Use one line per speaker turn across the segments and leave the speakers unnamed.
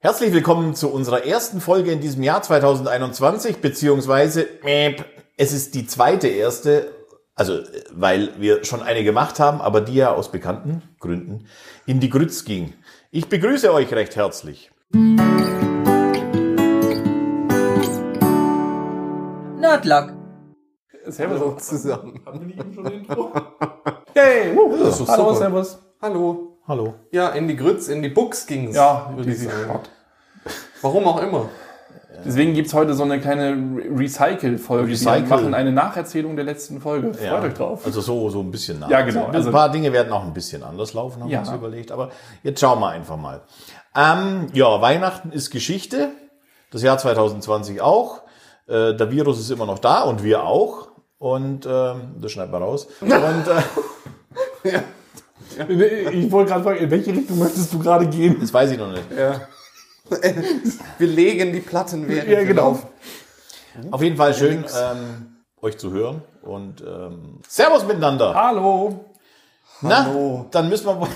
Herzlich willkommen zu unserer ersten Folge in diesem Jahr 2021, beziehungsweise meep, es ist die zweite erste, also äh, weil wir schon eine gemacht haben, aber die ja aus bekannten Gründen in die Grütz ging. Ich begrüße euch recht herzlich.
Nerdluck.
Servus zusammen.
Haben wir nicht eben schon den Intro?
Hey!
Das ist
Hallo, Servus.
Servus.
Hallo.
Hallo.
Ja, in die Grütz, in die Buchs ging's.
Ja,
würde ich
die
sagen.
Stadt.
Warum auch immer.
Deswegen gibt's heute so eine kleine Re- Recycle-Folge.
Recycle.
Wir machen eine Nacherzählung der letzten Folge. Freut
Ja.
euch drauf.
Also so, so ein bisschen nach.
Ja, genau.
Also,
Also-
ein paar Dinge werden auch ein bisschen anders laufen, haben
Ja.
wir uns überlegt. Aber jetzt schauen wir einfach mal. Ähm, ja, Weihnachten ist Geschichte. Das Jahr 2020 auch. Äh, der Virus ist immer noch da und wir auch. Und ähm, das schneiden wir raus. Und äh,
Ich wollte gerade fragen, in welche Richtung möchtest du gerade gehen?
das weiß ich noch nicht.
Wir legen die Platten während
Ja,
wir
genau.
laufen.
Auf jeden Fall schön, ähm, euch zu hören. Und ähm, Servus
Ah,
miteinander.
Hallo.
Na,
hallo.
dann müssen wir.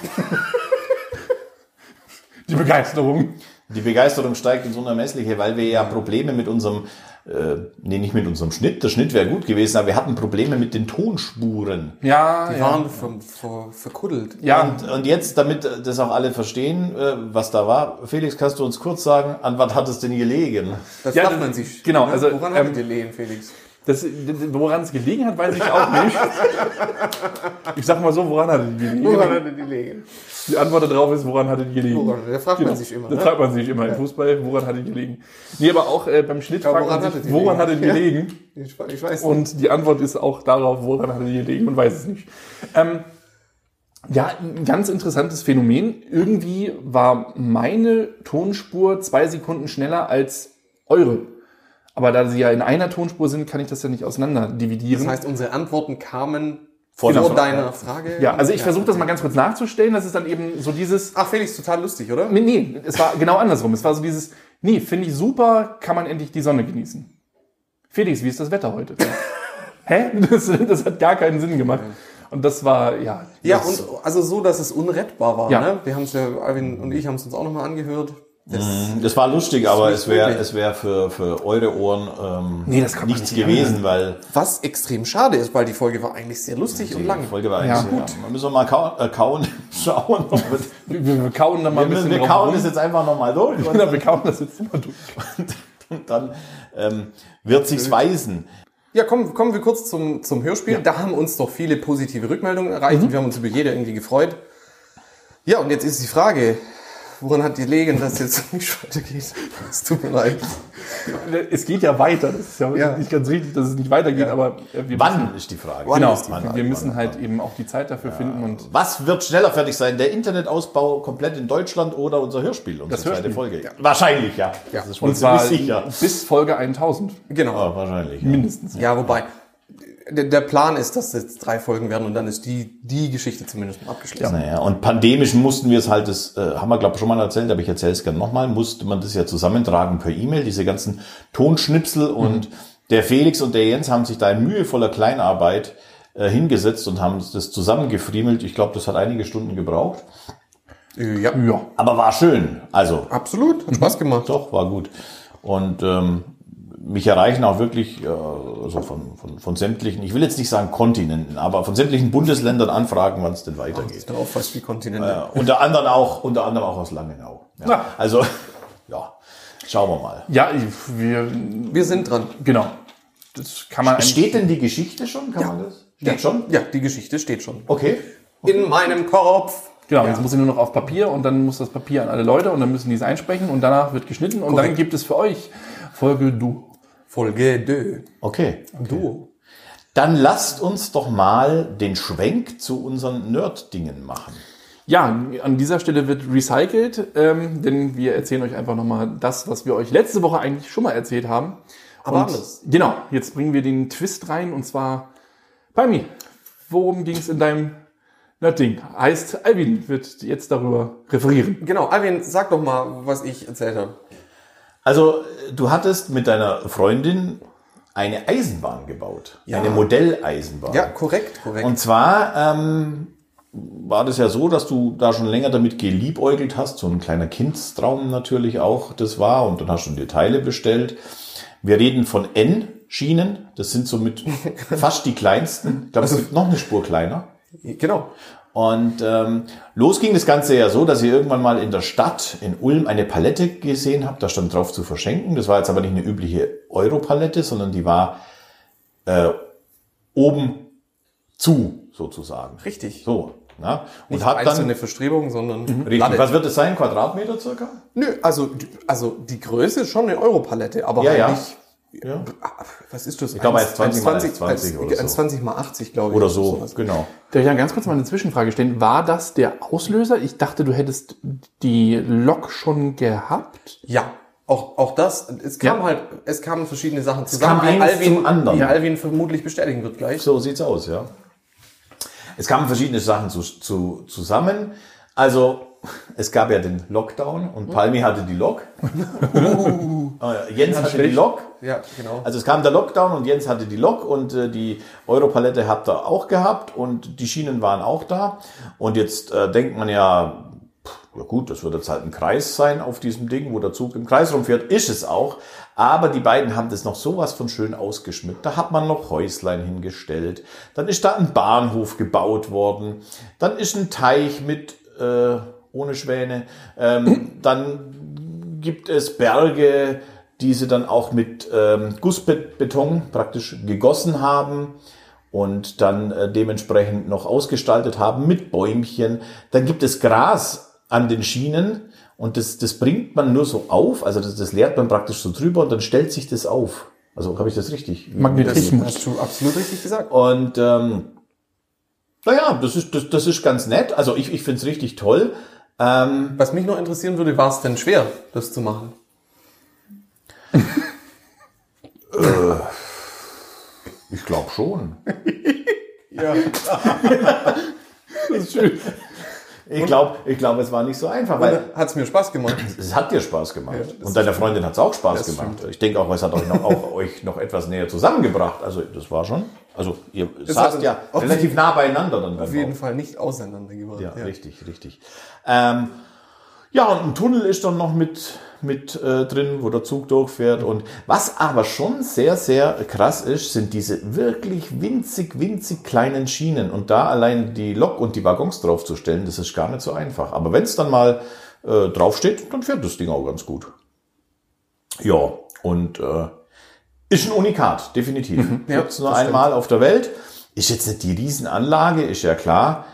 Die Begeisterung.
Die Begeisterung steigt ins Unermessliche, weil wir ja Probleme mit unserem, äh, nee, nicht mit unserem Schnitt, der Schnitt wäre gut gewesen, aber wir hatten Probleme mit den Tonspuren.
Ja,
Wir
ja.
waren ver, ver, verkuddelt.
Ja,
Und, und jetzt, damit äh, das auch alle verstehen, äh, was da war, Felix, kannst du uns kurz sagen, an was hat es denn gelegen?
Das
Ja,
darf
das-
man sich.
genau, also,
Woran
ähm,
haben wir Lehen, Felix?
das, woran es gelegen hat, weiß ich auch nicht. Ich sag mal so, woran hat es gelegen?
hat er die Lehen?
Die Antwort darauf ist, woran hat es gelegen?
Woran, da fragt
Genau.
man sich immer.
Da
Ne?
fragt man sich immer im Fußball, woran hat es gelegen? Nee, aber auch äh, beim Schnitt
Ja,
fragt
woran
man
hat
sich,
es
woran hat es
gelegen? Ja.
gelegen?
Ich, ich weiß nicht.
Und die Antwort ist auch darauf, woran hat er gelegen, man weiß es nicht. Ähm, ja, ein ganz interessantes Phänomen. Irgendwie war meine Tonspur zwei Sekunden schneller als eure. Aber da sie ja in einer Tonspur sind, kann ich das ja nicht auseinander dividieren.
Das heißt, unsere Antworten kamen
Vor
vor,
der Frage.
deiner Frage.
Genau. ja, also ich
Ja.
versuche das mal ganz kurz nachzustellen. Das ist dann eben so dieses,
Ach, Felix, total lustig, oder?
nee, nee, es war genau andersrum. Es war so dieses, nee, finde ich super, kann man endlich die Sonne genießen. Felix, wie ist das Wetter heute? Hä? Das, das hat gar keinen Sinn gemacht. Und das war, ja.
Ja,
das-
und also so, dass es unrettbar war.
Ja.
Ne? Wir haben es ja, Alvin und ich haben es uns auch nochmal angehört. Das
Das war lustig, aber
nicht
es wäre
möglich.
es wäre für, für eure Ohren ähm,
Nee, das kann man
nichts
nicht
gewesen, weil
Was extrem schade ist, weil die Folge war eigentlich sehr lustig und lang.
die Folge war eigentlich
Ja,
sehr lang. Wir müssen wir mal kauen, äh, kauen schauen. ob wir-
Wir, wir kauen da mal ein bisschen
wir
drauf
kauen
rum.
das jetzt einfach nochmal durch. und
Ja, wir kauen das jetzt mal durch.
Und dann ähm, wird sich's weisen.
Ja, komm, kommen wir kurz zum, zum Hörspiel. Da haben uns doch viele positive Rückmeldungen erreicht und wir haben uns über jede irgendwie gefreut. Ja, und jetzt ist die Frage, woran hat die Legen, dass jetzt nicht weitergeht? Es tut mir leid.
Es geht ja weiter. Das ist ja,
Ja.
nicht ganz richtig, dass es nicht weitergeht, aber äh, wir
Wann ist die Frage?
Müssen,
Wann
genau,
ist die
Frage?
wir müssen
Wann,
halt eben auch die Zeit dafür finden und
Was wird schneller fertig sein? Der Internetausbau komplett in Deutschland oder unser Hörspiel, unsere
Das
zweite
Hörspiel.
Folge? Wahrscheinlich, ja.
Ja.
Das ist schon
und
ziemlich
zwar
sicher.
bis Folge 1000
Genau.
Ja, wahrscheinlich. Ja.
mindestens.
Ja, wobei, der, der Plan ist, dass es drei Folgen werden und dann ist die, die Geschichte zumindest mal abgeschlossen.
Naja, und pandemisch mussten wir es halt, das äh, haben wir, glaube ich, schon mal erzählt, aber ich erzähle es gerne nochmal, musste man das ja zusammentragen per E-Mail, diese ganzen
Mhm.
Tonschnipsel und der Felix und der Jens haben sich da in mühevoller Kleinarbeit äh, hingesetzt und haben das zusammengefriemelt. Ich glaube, das hat einige Stunden gebraucht,
Äh, Ja,
Ja.
aber war schön. Also,
absolut. Hat Spaß gemacht.
Doch, war gut. Und ähm, mich erreichen auch wirklich äh, so von, von, von sämtlichen, ich will jetzt nicht sagen Kontinenten, aber von sämtlichen Bundesländern anfragen, wann es denn weitergeht.
Ist doch auch fast wie Kontinente.
Äh, unter anderem auch, unter anderem auch aus Langenau.
Na.
Ja. Also, ja, schauen wir mal.
Ja, ich- wir,
Wir sind dran.
genau. Das kann man eigentlich-
Steht denn die Geschichte schon? Kann
Ja.
man das? Steht schon?
Ja, die Geschichte steht schon.
Okay.
In meinem Kopf.
Genau, jetzt muss sie nur noch auf Papier und dann muss das Papier an alle Leute und dann müssen die es einsprechen und danach wird geschnitten und dann
Korrekt.
gibt es für euch Folge du.
Folge 2.
Okay.
Duo.
Dann lasst uns doch mal den Schwenk zu unseren Nerd-Dingen machen.
Ja, an dieser Stelle wird recycelt, ähm, denn wir erzählen euch einfach nochmal das, was wir euch letzte Woche eigentlich schon mal erzählt haben.
Aber
und,
anders.
Genau, jetzt bringen wir den Twist rein und zwar bei mir. Worum ging es in deinem Nerding? Heißt, Alvin wird jetzt darüber referieren.
Genau, Alvin, sag doch mal, was ich erzählt habe.
Also, du hattest mit deiner Freundin eine Eisenbahn gebaut. Eine Modelleisenbahn.
Ja, korrekt, korrekt.
Und zwar ähm, war das ja so, dass du da schon länger damit geliebäugelt hast, so ein kleiner Kindstraum natürlich auch, das war, und dann hast du dir Teile bestellt. Wir reden von N-Schienen, das sind somit fast die kleinsten. Ich glaube, es gibt noch eine Spur kleiner.
Genau.
Und ähm, los ging das Ganze ja so, dass ich irgendwann mal in der Stadt in Ulm eine Palette gesehen habe, da stand drauf zu verschenken. Das war jetzt aber nicht eine übliche Euro-Palette, sondern die war äh, oben zu sozusagen.
Richtig.
So. Na? Und
Nicht
hat
einzelne
dann Mhm.
Verstrebung, sondern
richtig,
Ladung.
was wird es sein? Quadratmeter circa?
Nö, also, also die Größe ist schon eine Europalette, aber
Ja,
halt
ja.
nicht.
Ja.
ah, Was ist das? Ich
glaube, 1,20 mal 1,20 oder so.
1,20 mal 80, glaube ich.
Oder so,
Sowas.
genau.
Darf ich dann ganz kurz mal eine Zwischenfrage stellen? War das der Auslöser? Ich dachte, du hättest die Lok schon gehabt.
Ja, auch, auch das. Es kam
Ja.
halt, es kamen verschiedene Sachen zusammen.
kam
die
eins zum anderen.
die Alvin vermutlich bestätigen wird gleich.
So sieht's aus, ja. Es kamen verschiedene Sachen zu, zu, zusammen. Also, es gab ja den Lockdown und Palmi hatte die Lok. Äh, Jens hatte die Lok.
Ja, genau.
Also es kam der Lockdown und Jens hatte die Lok und äh, die Europalette habt ihr auch gehabt und die Schienen waren auch da. Und jetzt äh, denkt man ja, pff, ja gut, das wird jetzt halt ein Kreis sein auf diesem Ding, wo der Zug im Kreis rumfährt, ist es auch. Aber die beiden haben das noch sowas von schön ausgeschmückt. Da hat man noch Häuslein hingestellt. Dann ist da ein Bahnhof gebaut worden. Dann ist ein Teich mit äh, ohne Schwäne. Ähm, dann gibt es Berge, die sie dann auch mit ähm, Gussbeton praktisch gegossen haben und dann äh, dementsprechend noch ausgestaltet haben mit Bäumchen. Dann gibt es Gras an den Schienen und das, das bringt man nur so auf, also das, das leert man praktisch so drüber und dann stellt sich das auf. Also habe ich das richtig?
Magnetismus.
Hast du absolut richtig gesagt.
Und ähm, naja, das ist, das, das ist ganz nett. Also ich, ich finde es richtig toll.
Was mich noch interessieren würde, war es denn schwer, das zu machen?
Ich glaube schon.
Ja.
Das ist schön.
Ich glaube, ich glaub, es war nicht so einfach, weil
Hat es mir Spaß gemacht.
Es hat dir Spaß gemacht.
Ja, das
und deiner Freundin hat es auch Spaß
Das
gemacht. Ich denke auch, es hat euch noch, auch euch noch etwas näher zusammengebracht. Also das war schon. Also ihr saßt
hat-
ja
auf
relativ
jeden-
nah beieinander dann beim
Auf jeden Fall nicht auseinandergebracht.
Ja, richtig, richtig. Ähm, ja, und ein Tunnel ist dann noch mit, mit äh, drin, wo der Zug durchfährt. Und was aber schon sehr, sehr krass ist, sind diese wirklich winzig, winzig kleinen Schienen. Und da allein die Lok und die Waggons draufzustellen, das ist gar nicht so einfach. Aber wenn es dann mal äh, draufsteht, dann fährt das Ding auch ganz gut. Ja, und äh, ist ein Unikat, definitiv. Gibt's
Mhm. ja,
nur
das stimmt.
einmal auf der Welt. Ist jetzt nicht die Riesenanlage, ist ja klar.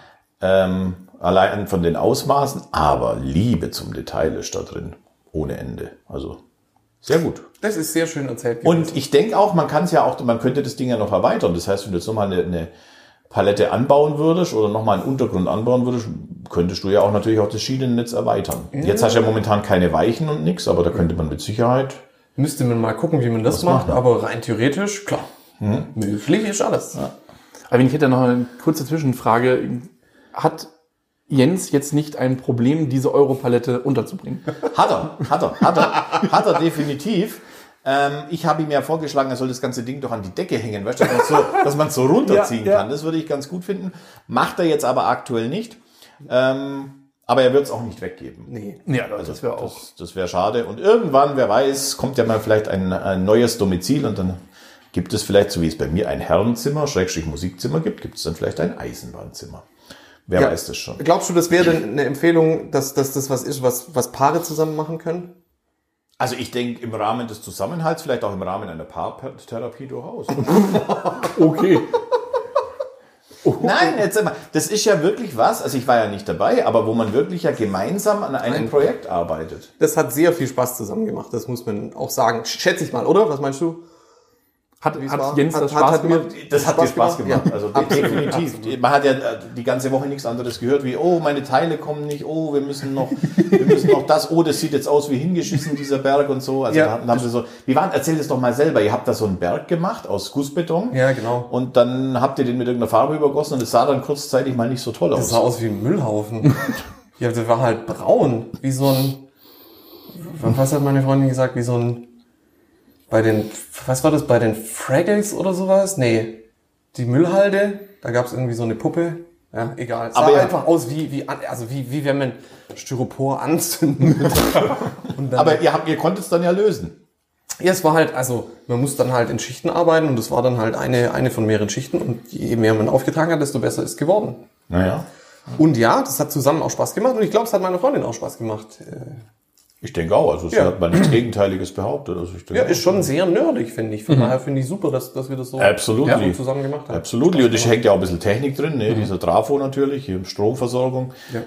Ähm, allein von den Ausmaßen, aber Liebe zum Detail ist da drin. Ohne Ende. Also sehr gut.
Das ist sehr schön erzählt. gewesen.
Und ich denke auch, man kann es ja auch, man könnte das Ding ja noch erweitern. Das heißt, wenn du jetzt nochmal eine, eine Palette anbauen würdest oder nochmal einen Untergrund anbauen würdest, könntest du ja auch natürlich auch das Schienennetz erweitern. Jetzt hast du ja momentan keine Weichen und nichts, aber da könnte man mit Sicherheit
müsste man mal gucken, wie man das macht, aber rein theoretisch, klar.
Hm?
Möglich ist alles.
Aber ich hätte noch eine kurze Zwischenfrage. Hat Jens jetzt nicht ein Problem, diese Europalette unterzubringen?
Hat er, hat er, hat er, hat er definitiv. Ähm, ich habe ihm ja vorgeschlagen, er soll das ganze Ding doch an die Decke hängen, weißt du, dass man so, dass man so runterziehen
Ja, ja.
kann. Das würde ich ganz gut finden. Macht er jetzt aber aktuell nicht. Ähm, aber er wird es auch nicht weggeben.
Nee.
Ja, Also, das wäre
Das, das wäre schade. Und irgendwann, wer weiß, kommt ja mal vielleicht ein, ein neues Domizil und dann gibt es vielleicht, so wie es bei mir ein Herrenzimmer, Schrägstrich Musikzimmer gibt, gibt es dann vielleicht ein Eisenbahnzimmer. Wer
Ja.
weiß das schon.
Glaubst du, das wäre denn eine Empfehlung, dass, dass das was ist, was, was Paare zusammen machen können?
Also ich denke, im Rahmen des Zusammenhalts, vielleicht auch im Rahmen einer Paartherapie durchaus.
Okay.
Nein, jetzt immer. Das ist ja wirklich was. Also ich war ja nicht dabei, aber wo man wirklich ja gemeinsam an einem Projekt arbeitet.
Das hat sehr viel Spaß zusammen gemacht, das muss man auch sagen. Schätze ich mal, oder? Was meinst du?
Hat,
Wie's
hat
war?
Jens
Hat-
das
hat-
Spaß
hat mir-
gemacht?
Das hat
Spaß
dir Spaß
gemacht?
gemacht. Also definitiv. Man hat ja äh, die ganze Woche nichts anderes gehört wie, oh, meine Teile kommen nicht, oh, wir müssen noch, wir müssen noch das, oh, das sieht jetzt aus wie hingeschissen, dieser Berg und so. Also
Ja.
da hatten- haben sie so, wie waren, erzähl das doch mal selber. Ihr habt da so einen Berg gemacht aus Gussbeton.
Ja, genau.
Und dann habt ihr den mit irgendeiner Farbe übergossen und es sah dann kurzzeitig mal nicht so toll
Das
aus.
sah aus wie ein Müllhaufen. ja, der war halt braun, wie so ein. Was hat meine Freundin gesagt? Wie so ein. Bei den. Was war das? Bei den Fraggles oder sowas? Nee. Die Müllhalde, da gab es irgendwie so eine Puppe. Ja, egal. Es
Aber
sah
ja.
einfach aus wie, wie, an- also wie, wie wenn man Styropor anzünden würde. Und dann-
Aber ihr, habt, ihr konntet es dann ja lösen.
Ja, es war halt, also man muss dann halt in Schichten arbeiten und es war dann halt eine, eine von mehreren Schichten und je mehr man aufgetragen hat, desto besser ist geworden.
Mhm. Naja.
Und ja, das hat zusammen auch Spaß gemacht und ich glaube, es hat meiner Freundin auch Spaß gemacht. Äh,
Ich denke auch. Also, sie
Ja.
hat mal nichts Gegenteiliges behauptet. Also, ich denke
Ja,
auch.
ist schon sehr nerdig, finde ich. Von daher finde ich super, dass, dass wir das so,
Mhm. Absolut.
so zusammen gemacht haben.
Absolut. Und es hängt ja auch ein bisschen Technik drin, ne? dieser Trafo natürlich, hier Stromversorgung.
Mhm. Ja.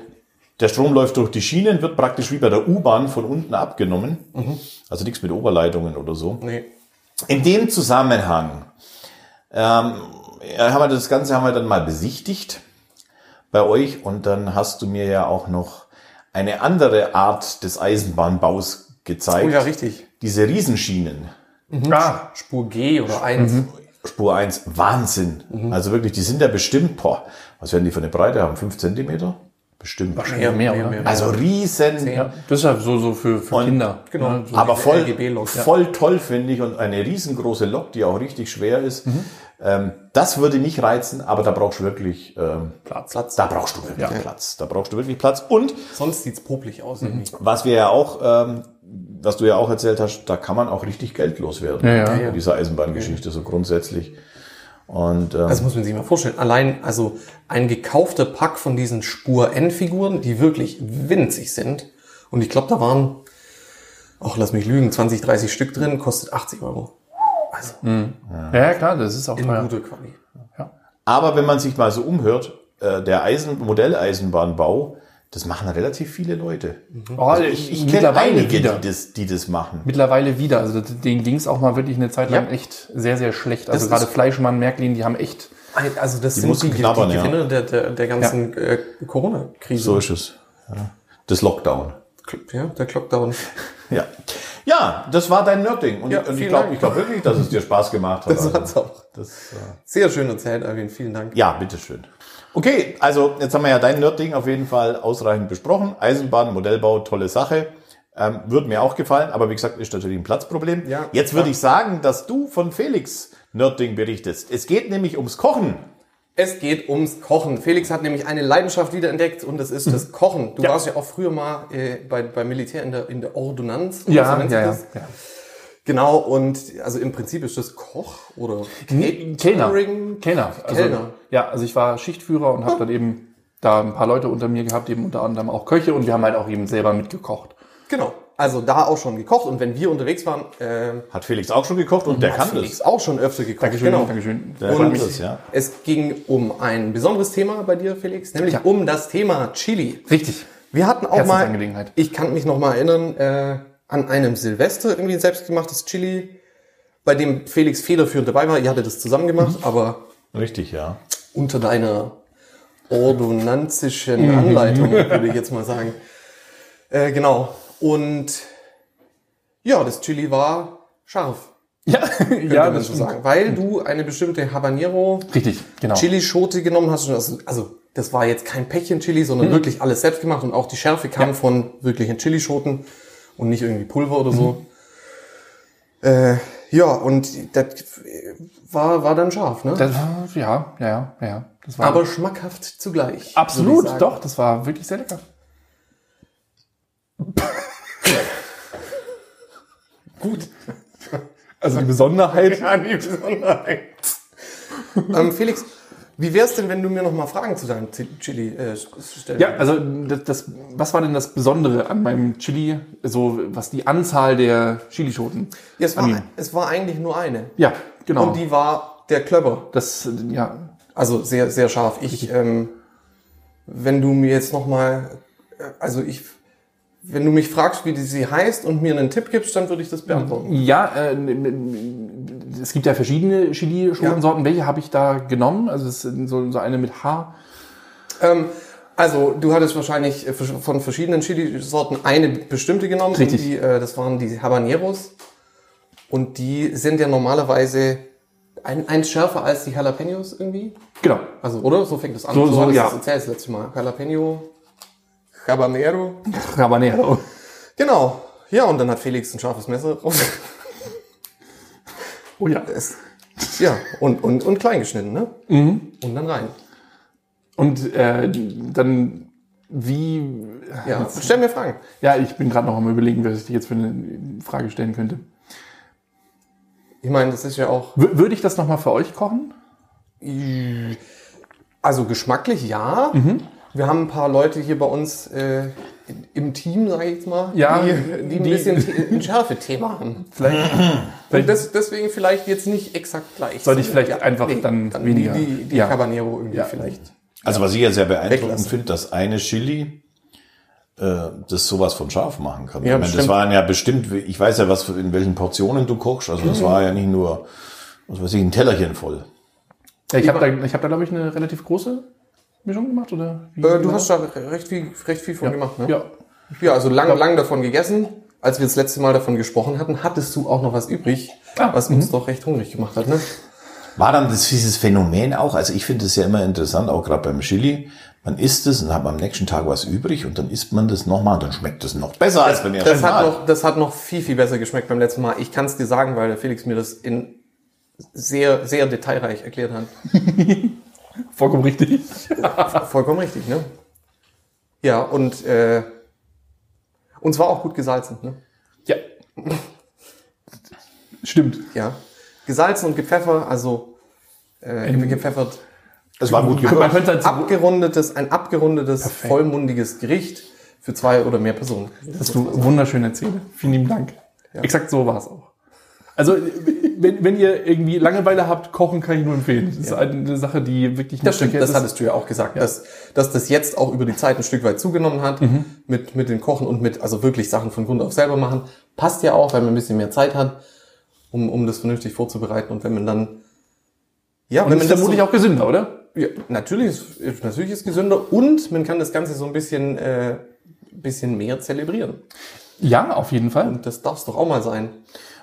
Der Strom läuft durch die Schienen, wird praktisch wie bei der U-Bahn von unten abgenommen.
Mhm.
Also nichts mit Oberleitungen oder so.
Nee.
In dem Zusammenhang ähm, haben wir das Ganze haben wir dann mal besichtigt bei euch und dann hast du mir ja auch noch eine andere Art des Eisenbahnbaus gezeigt.
Oh ja, richtig.
Diese Riesenschienen.
Ah,
Spur G oder 1.
Spur 1, Wahnsinn.
Mhm.
Also wirklich, die sind ja bestimmt, boah, was werden die für eine Breite haben? 5 Zentimeter? Bestimmt.
Mehr, mehr, oder?
Also riesen.
ja, das ist ja so, so für, für Kinder.
genau.
Ne, so
Aber
diese
voll,
LGB-Lok, ja.
voll toll finde ich und eine riesengroße Lok, die auch richtig schwer ist.
Mhm.
Ähm, das würde mich reizen, aber da brauchst du wirklich ähm,
Platz.
Da brauchst du wirklich Platz. Da brauchst du wirklich Platz. Und
Sonst sieht's popelig aus.
Mhm.
irgendwie.
was wir ja auch, ähm, was du ja auch erzählt hast, da kann man auch richtig Geld loswerden.
Ja, ja.
In dieser Eisenbahngeschichte so grundsätzlich. Und ähm,
Also
Das muss man sich mal vorstellen. Allein, also ein gekaufter Pack von diesen Spur-N-Figuren, die wirklich winzig sind. Und ich glaube, da waren, ach, lass mich lügen, 20, 30 Stück drin, kostet 80 Euro. Also,
Ja, ja, klar, das ist auch
Ah,
in
teuer.
gute Quali.
Aber wenn man sich mal so umhört, äh, der Eisen Modelleisenbahnbau, das machen relativ viele Leute.
Oh,
Ich, ich kenne einige, die das, die das machen.
Mittlerweile wieder. Also das- denen ging es auch mal wirklich eine Zeit lang
Ja.
echt sehr, sehr schlecht. Also
Das
gerade
ist-
Fleischmann, Märklin, die haben echt.
Ein- Also, das sind
mussten
die, die,
knabbern,
die
ja.
Gewinner der, der, der ganzen äh, Corona-Krise.
So ist es. Ja. Das Lockdown.
Ja, der Clockdown.
Ja. Ja, das war dein Nerding. Und,
Ja,
und ich
vielen
glaube
Dank.
ich glaub wirklich, dass es dir Spaß gemacht hat.
Das hat's auch.
das, äh,
Sehr schön erzählt, Alvin. Vielen Dank.
ja, bitteschön. Okay, also jetzt haben wir ja dein Nerding auf jeden Fall ausreichend besprochen. Eisenbahn, Modellbau, tolle Sache. Ähm, würde mir auch gefallen, aber wie gesagt, ist natürlich ein Platzproblem.
Ja,
jetzt würde ich sagen, dass du von Felix Nerding berichtest. Es geht nämlich ums Kochen.
Es geht ums Kochen. Felix hat nämlich eine Leidenschaft wiederentdeckt und das
Mhm.
ist das Kochen. Du warst ja auch früher mal äh, bei, beim Militär in der, in der Ordonnanz. oder so nennt sich das.
ja.
Genau, und also im Prinzip ist das Koch oder
Nee, Hm? Kellner.
Hm? Catering.
Kellner. Also,
Kellner. Hm.
Ja, also ich war Schichtführer und habe dann eben da ein paar Leute unter mir gehabt, eben unter anderem auch Köche und wir haben halt auch eben selber mitgekocht.
Genau. Also da auch schon gekocht und wenn wir unterwegs waren, äh,
Hat Felix auch schon gekocht und der kann
Felix
das.
auch schon öfter gekocht. genau.
Dankeschön.
Der
Und
kann das, ja.
es ging um ein besonderes Thema bei dir, Felix, nämlich
Ja.
um das Thema Chili.
Richtig.
Wir hatten auch mal,
Herzensangelegenheit.
ich kann mich noch mal erinnern, äh, an einem Silvester irgendwie ein selbstgemachtes Chili, bei dem Felix federführend dabei war. Ihr hattet das zusammen
Mhm.
gemacht, aber
Richtig, ja.
unter deiner ordonnanzischen
Mhm.
Anleitung, würde ich jetzt mal sagen. Äh, genau. Und ja, das Chili war scharf,
Ja,
ja,
ja
man
das
so
stimmt.
sagen, weil du eine bestimmte Habanero
Richtig, genau.
Chilischote genommen hast. Und das, also das war jetzt kein Päckchen Chili,
Mhm.
sondern wirklich alles selbst gemacht und auch die Schärfe kam von wirklichen Chilischoten und nicht irgendwie Pulver oder so.
Mhm.
Äh, ja, und das war, war dann scharf, ne?
Das war, ja, ja, ja, ja. Das war
Aber schmackhaft zugleich. würde ich
absolut,
sagen.
doch, das war wirklich sehr lecker. Gut. Also die Besonderheit.
Ja, die Besonderheit. ähm, Felix, wie wär's denn, wenn du mir noch mal Fragen zu deinem Zi- Chili äh, stellst?
Ja, also das, das, was war denn das Besondere an meinem Chili, so was die Anzahl der Chilischoten?
es, war,
angeht?
es war eigentlich nur eine.
Ja, genau.
Und die war der Klöpper.
das, ja,
Also sehr, sehr scharf. Ich, ähm, wenn du mir jetzt nochmal, also ich, wenn du mich fragst, wie die sie heißt und mir einen Tipp gibst, dann würde ich das beantworten.
Ja, äh, n- n- es gibt ja verschiedene Chili-Schotensorten. Welche habe ich da genommen? Also es ist so, so eine mit H.
Ähm, also du hattest wahrscheinlich äh, versch- von verschiedenen Chili-Sorten eine bestimmte genommen. und
Richtig.
Die, äh, das waren die Habaneros. Und die sind ja normalerweise ein, eins schärfer als die Jalapenos irgendwie.
Genau.
Also, oder? So fängt das an.
So- so,
hattest du
ja.
das erzählt das letzte Mal. Jalapeno, Habanero.
Habanero.
Genau. Ja, und dann hat Felix ein scharfes Messer raus.
Oh ja.
Oh
Mhm.
Es, ja, und, und, und klein geschnitten, ne? Und dann rein.
Und äh, dann wie.
Ja, stell mir Fragen.
Ja, ich bin gerade noch am überlegen, was ich dir jetzt für eine Frage stellen könnte.
Ich meine, das ist ja auch.
W würde ich das nochmal für euch kochen?
Also geschmacklich ja.
Mhm.
Wir haben ein paar Leute hier bei uns äh, im Team, sage ich jetzt mal,
Ja,
die, die, ein
die-
bisschen T- ein Schärfe-Thema haben.
Vielleicht
Und das, deswegen vielleicht jetzt nicht exakt gleich.
Sollte ich vielleicht einfach dann weniger-
Die, die, die
Ja.
Habanero irgendwie
Ja. Mhm.
vielleicht.
Also was ich ja sehr beeindruckend
Weglassen.
finde, dass eine Chili äh, das sowas von scharf machen kann. ich
Ja,
meine, das
bestimmt.
waren ja bestimmt, ich weiß ja, was für, in welchen Portionen du kochst. Also
Mhm.
das war ja nicht nur, was weiß ich, ein Tellerchen voll.
Ja, ich habe da, ich hab da glaube ich, eine relativ große Mischung gemacht, oder? Wie genau?
Äh, du hast da recht viel, recht viel von
ja.
gemacht, ne?
Ja.
Ja, also lang, lang davon gegessen. Als wir das letzte Mal davon gesprochen hatten, hattest du auch noch was übrig,
Ah,
was uns doch recht hungrig gemacht hat. Ne?
War dann das, dieses Phänomen auch, also ich finde es ja immer interessant, auch gerade beim Chili, man isst es und hat am nächsten Tag was übrig und dann isst man das nochmal und dann schmeckt es noch besser als beim ersten
Das hat,
Mal.
noch, das hat noch viel, viel besser geschmeckt beim letzten Mal. Ich kann es dir sagen, weil der Felix mir das in sehr, sehr detailreich erklärt hat.
Vollkommen richtig. Ah.
Vollkommen richtig, ne? Ja, und äh, uns war auch gut gesalzen, ne?
Ja. Stimmt.
Ja. Gesalzen und gepfeffert, also äh,
Ähm,
gepfeffert.
es war gut
Man
gewürzt.
könnte halt so,
Abgerundetes, ein abgerundetes, vollmundiges Gericht für zwei oder mehr Personen.
hast du wunderschön erzählt. Vielen lieben Dank. Exakt so war es auch. Also, wenn, wenn ihr irgendwie Langeweile habt, kochen kann ich nur empfehlen. Das ist halt eine Sache, die wirklich
Das stimmt,
verkehrt
das
ist.
hattest du ja auch gesagt, dass, dass das jetzt auch über die Zeit ein Stück weit zugenommen hat
Mhm.
mit, mit dem Kochen und mit, also wirklich Sachen von Grund auf selber machen. Passt ja auch, weil man ein bisschen mehr Zeit hat, um, um das vernünftig vorzubereiten und wenn man dann, ja,
Und
wenn
das
man
ist
das
vermutlich
so,
auch gesünder, oder?
ja, natürlich, ist, natürlich ist gesünder und man kann das Ganze so ein bisschen, äh, bisschen mehr zelebrieren.
Ja, auf jeden Fall.
Und das darf es doch auch mal sein.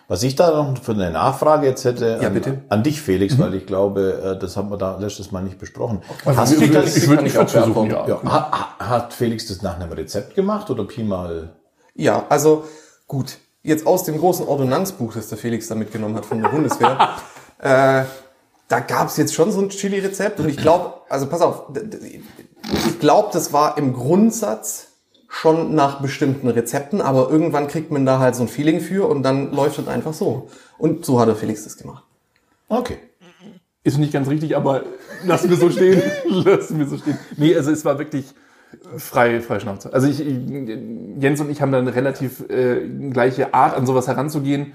Was ich da noch für eine Nachfrage jetzt hätte
Ja,
an,
bitte. Mhm.
an dich, Felix, weil ich glaube, äh, das haben wir da letztes Mal nicht besprochen.
Also, ich
Hast du
würde-
das,
ich würde
kann
ich
ich
würd
auch
versuchen, ja.
beantworten.
ja, ha- ha- hat Felix das nach einem Rezept gemacht oder Pi mal?
Ja, also gut. Jetzt aus dem großen Ordonnanzbuch, das der Felix da mitgenommen hat von der Bundeswehr, äh, da gab's jetzt schon so ein Chili-Rezept und ich glaube, also pass auf, d- d- ich glaube, das war im Grundsatz schon nach bestimmten Rezepten, aber irgendwann kriegt man da halt so ein Feeling für und dann läuft es einfach so. Und so hat der Felix das gemacht.
Okay.
Ist nicht ganz richtig, aber lassen wir so stehen. lassen wir so stehen. Nee, also es war wirklich frei, frei Schnauze. Also ich, Jens und ich haben da eine relativ äh, gleiche Art, an sowas heranzugehen.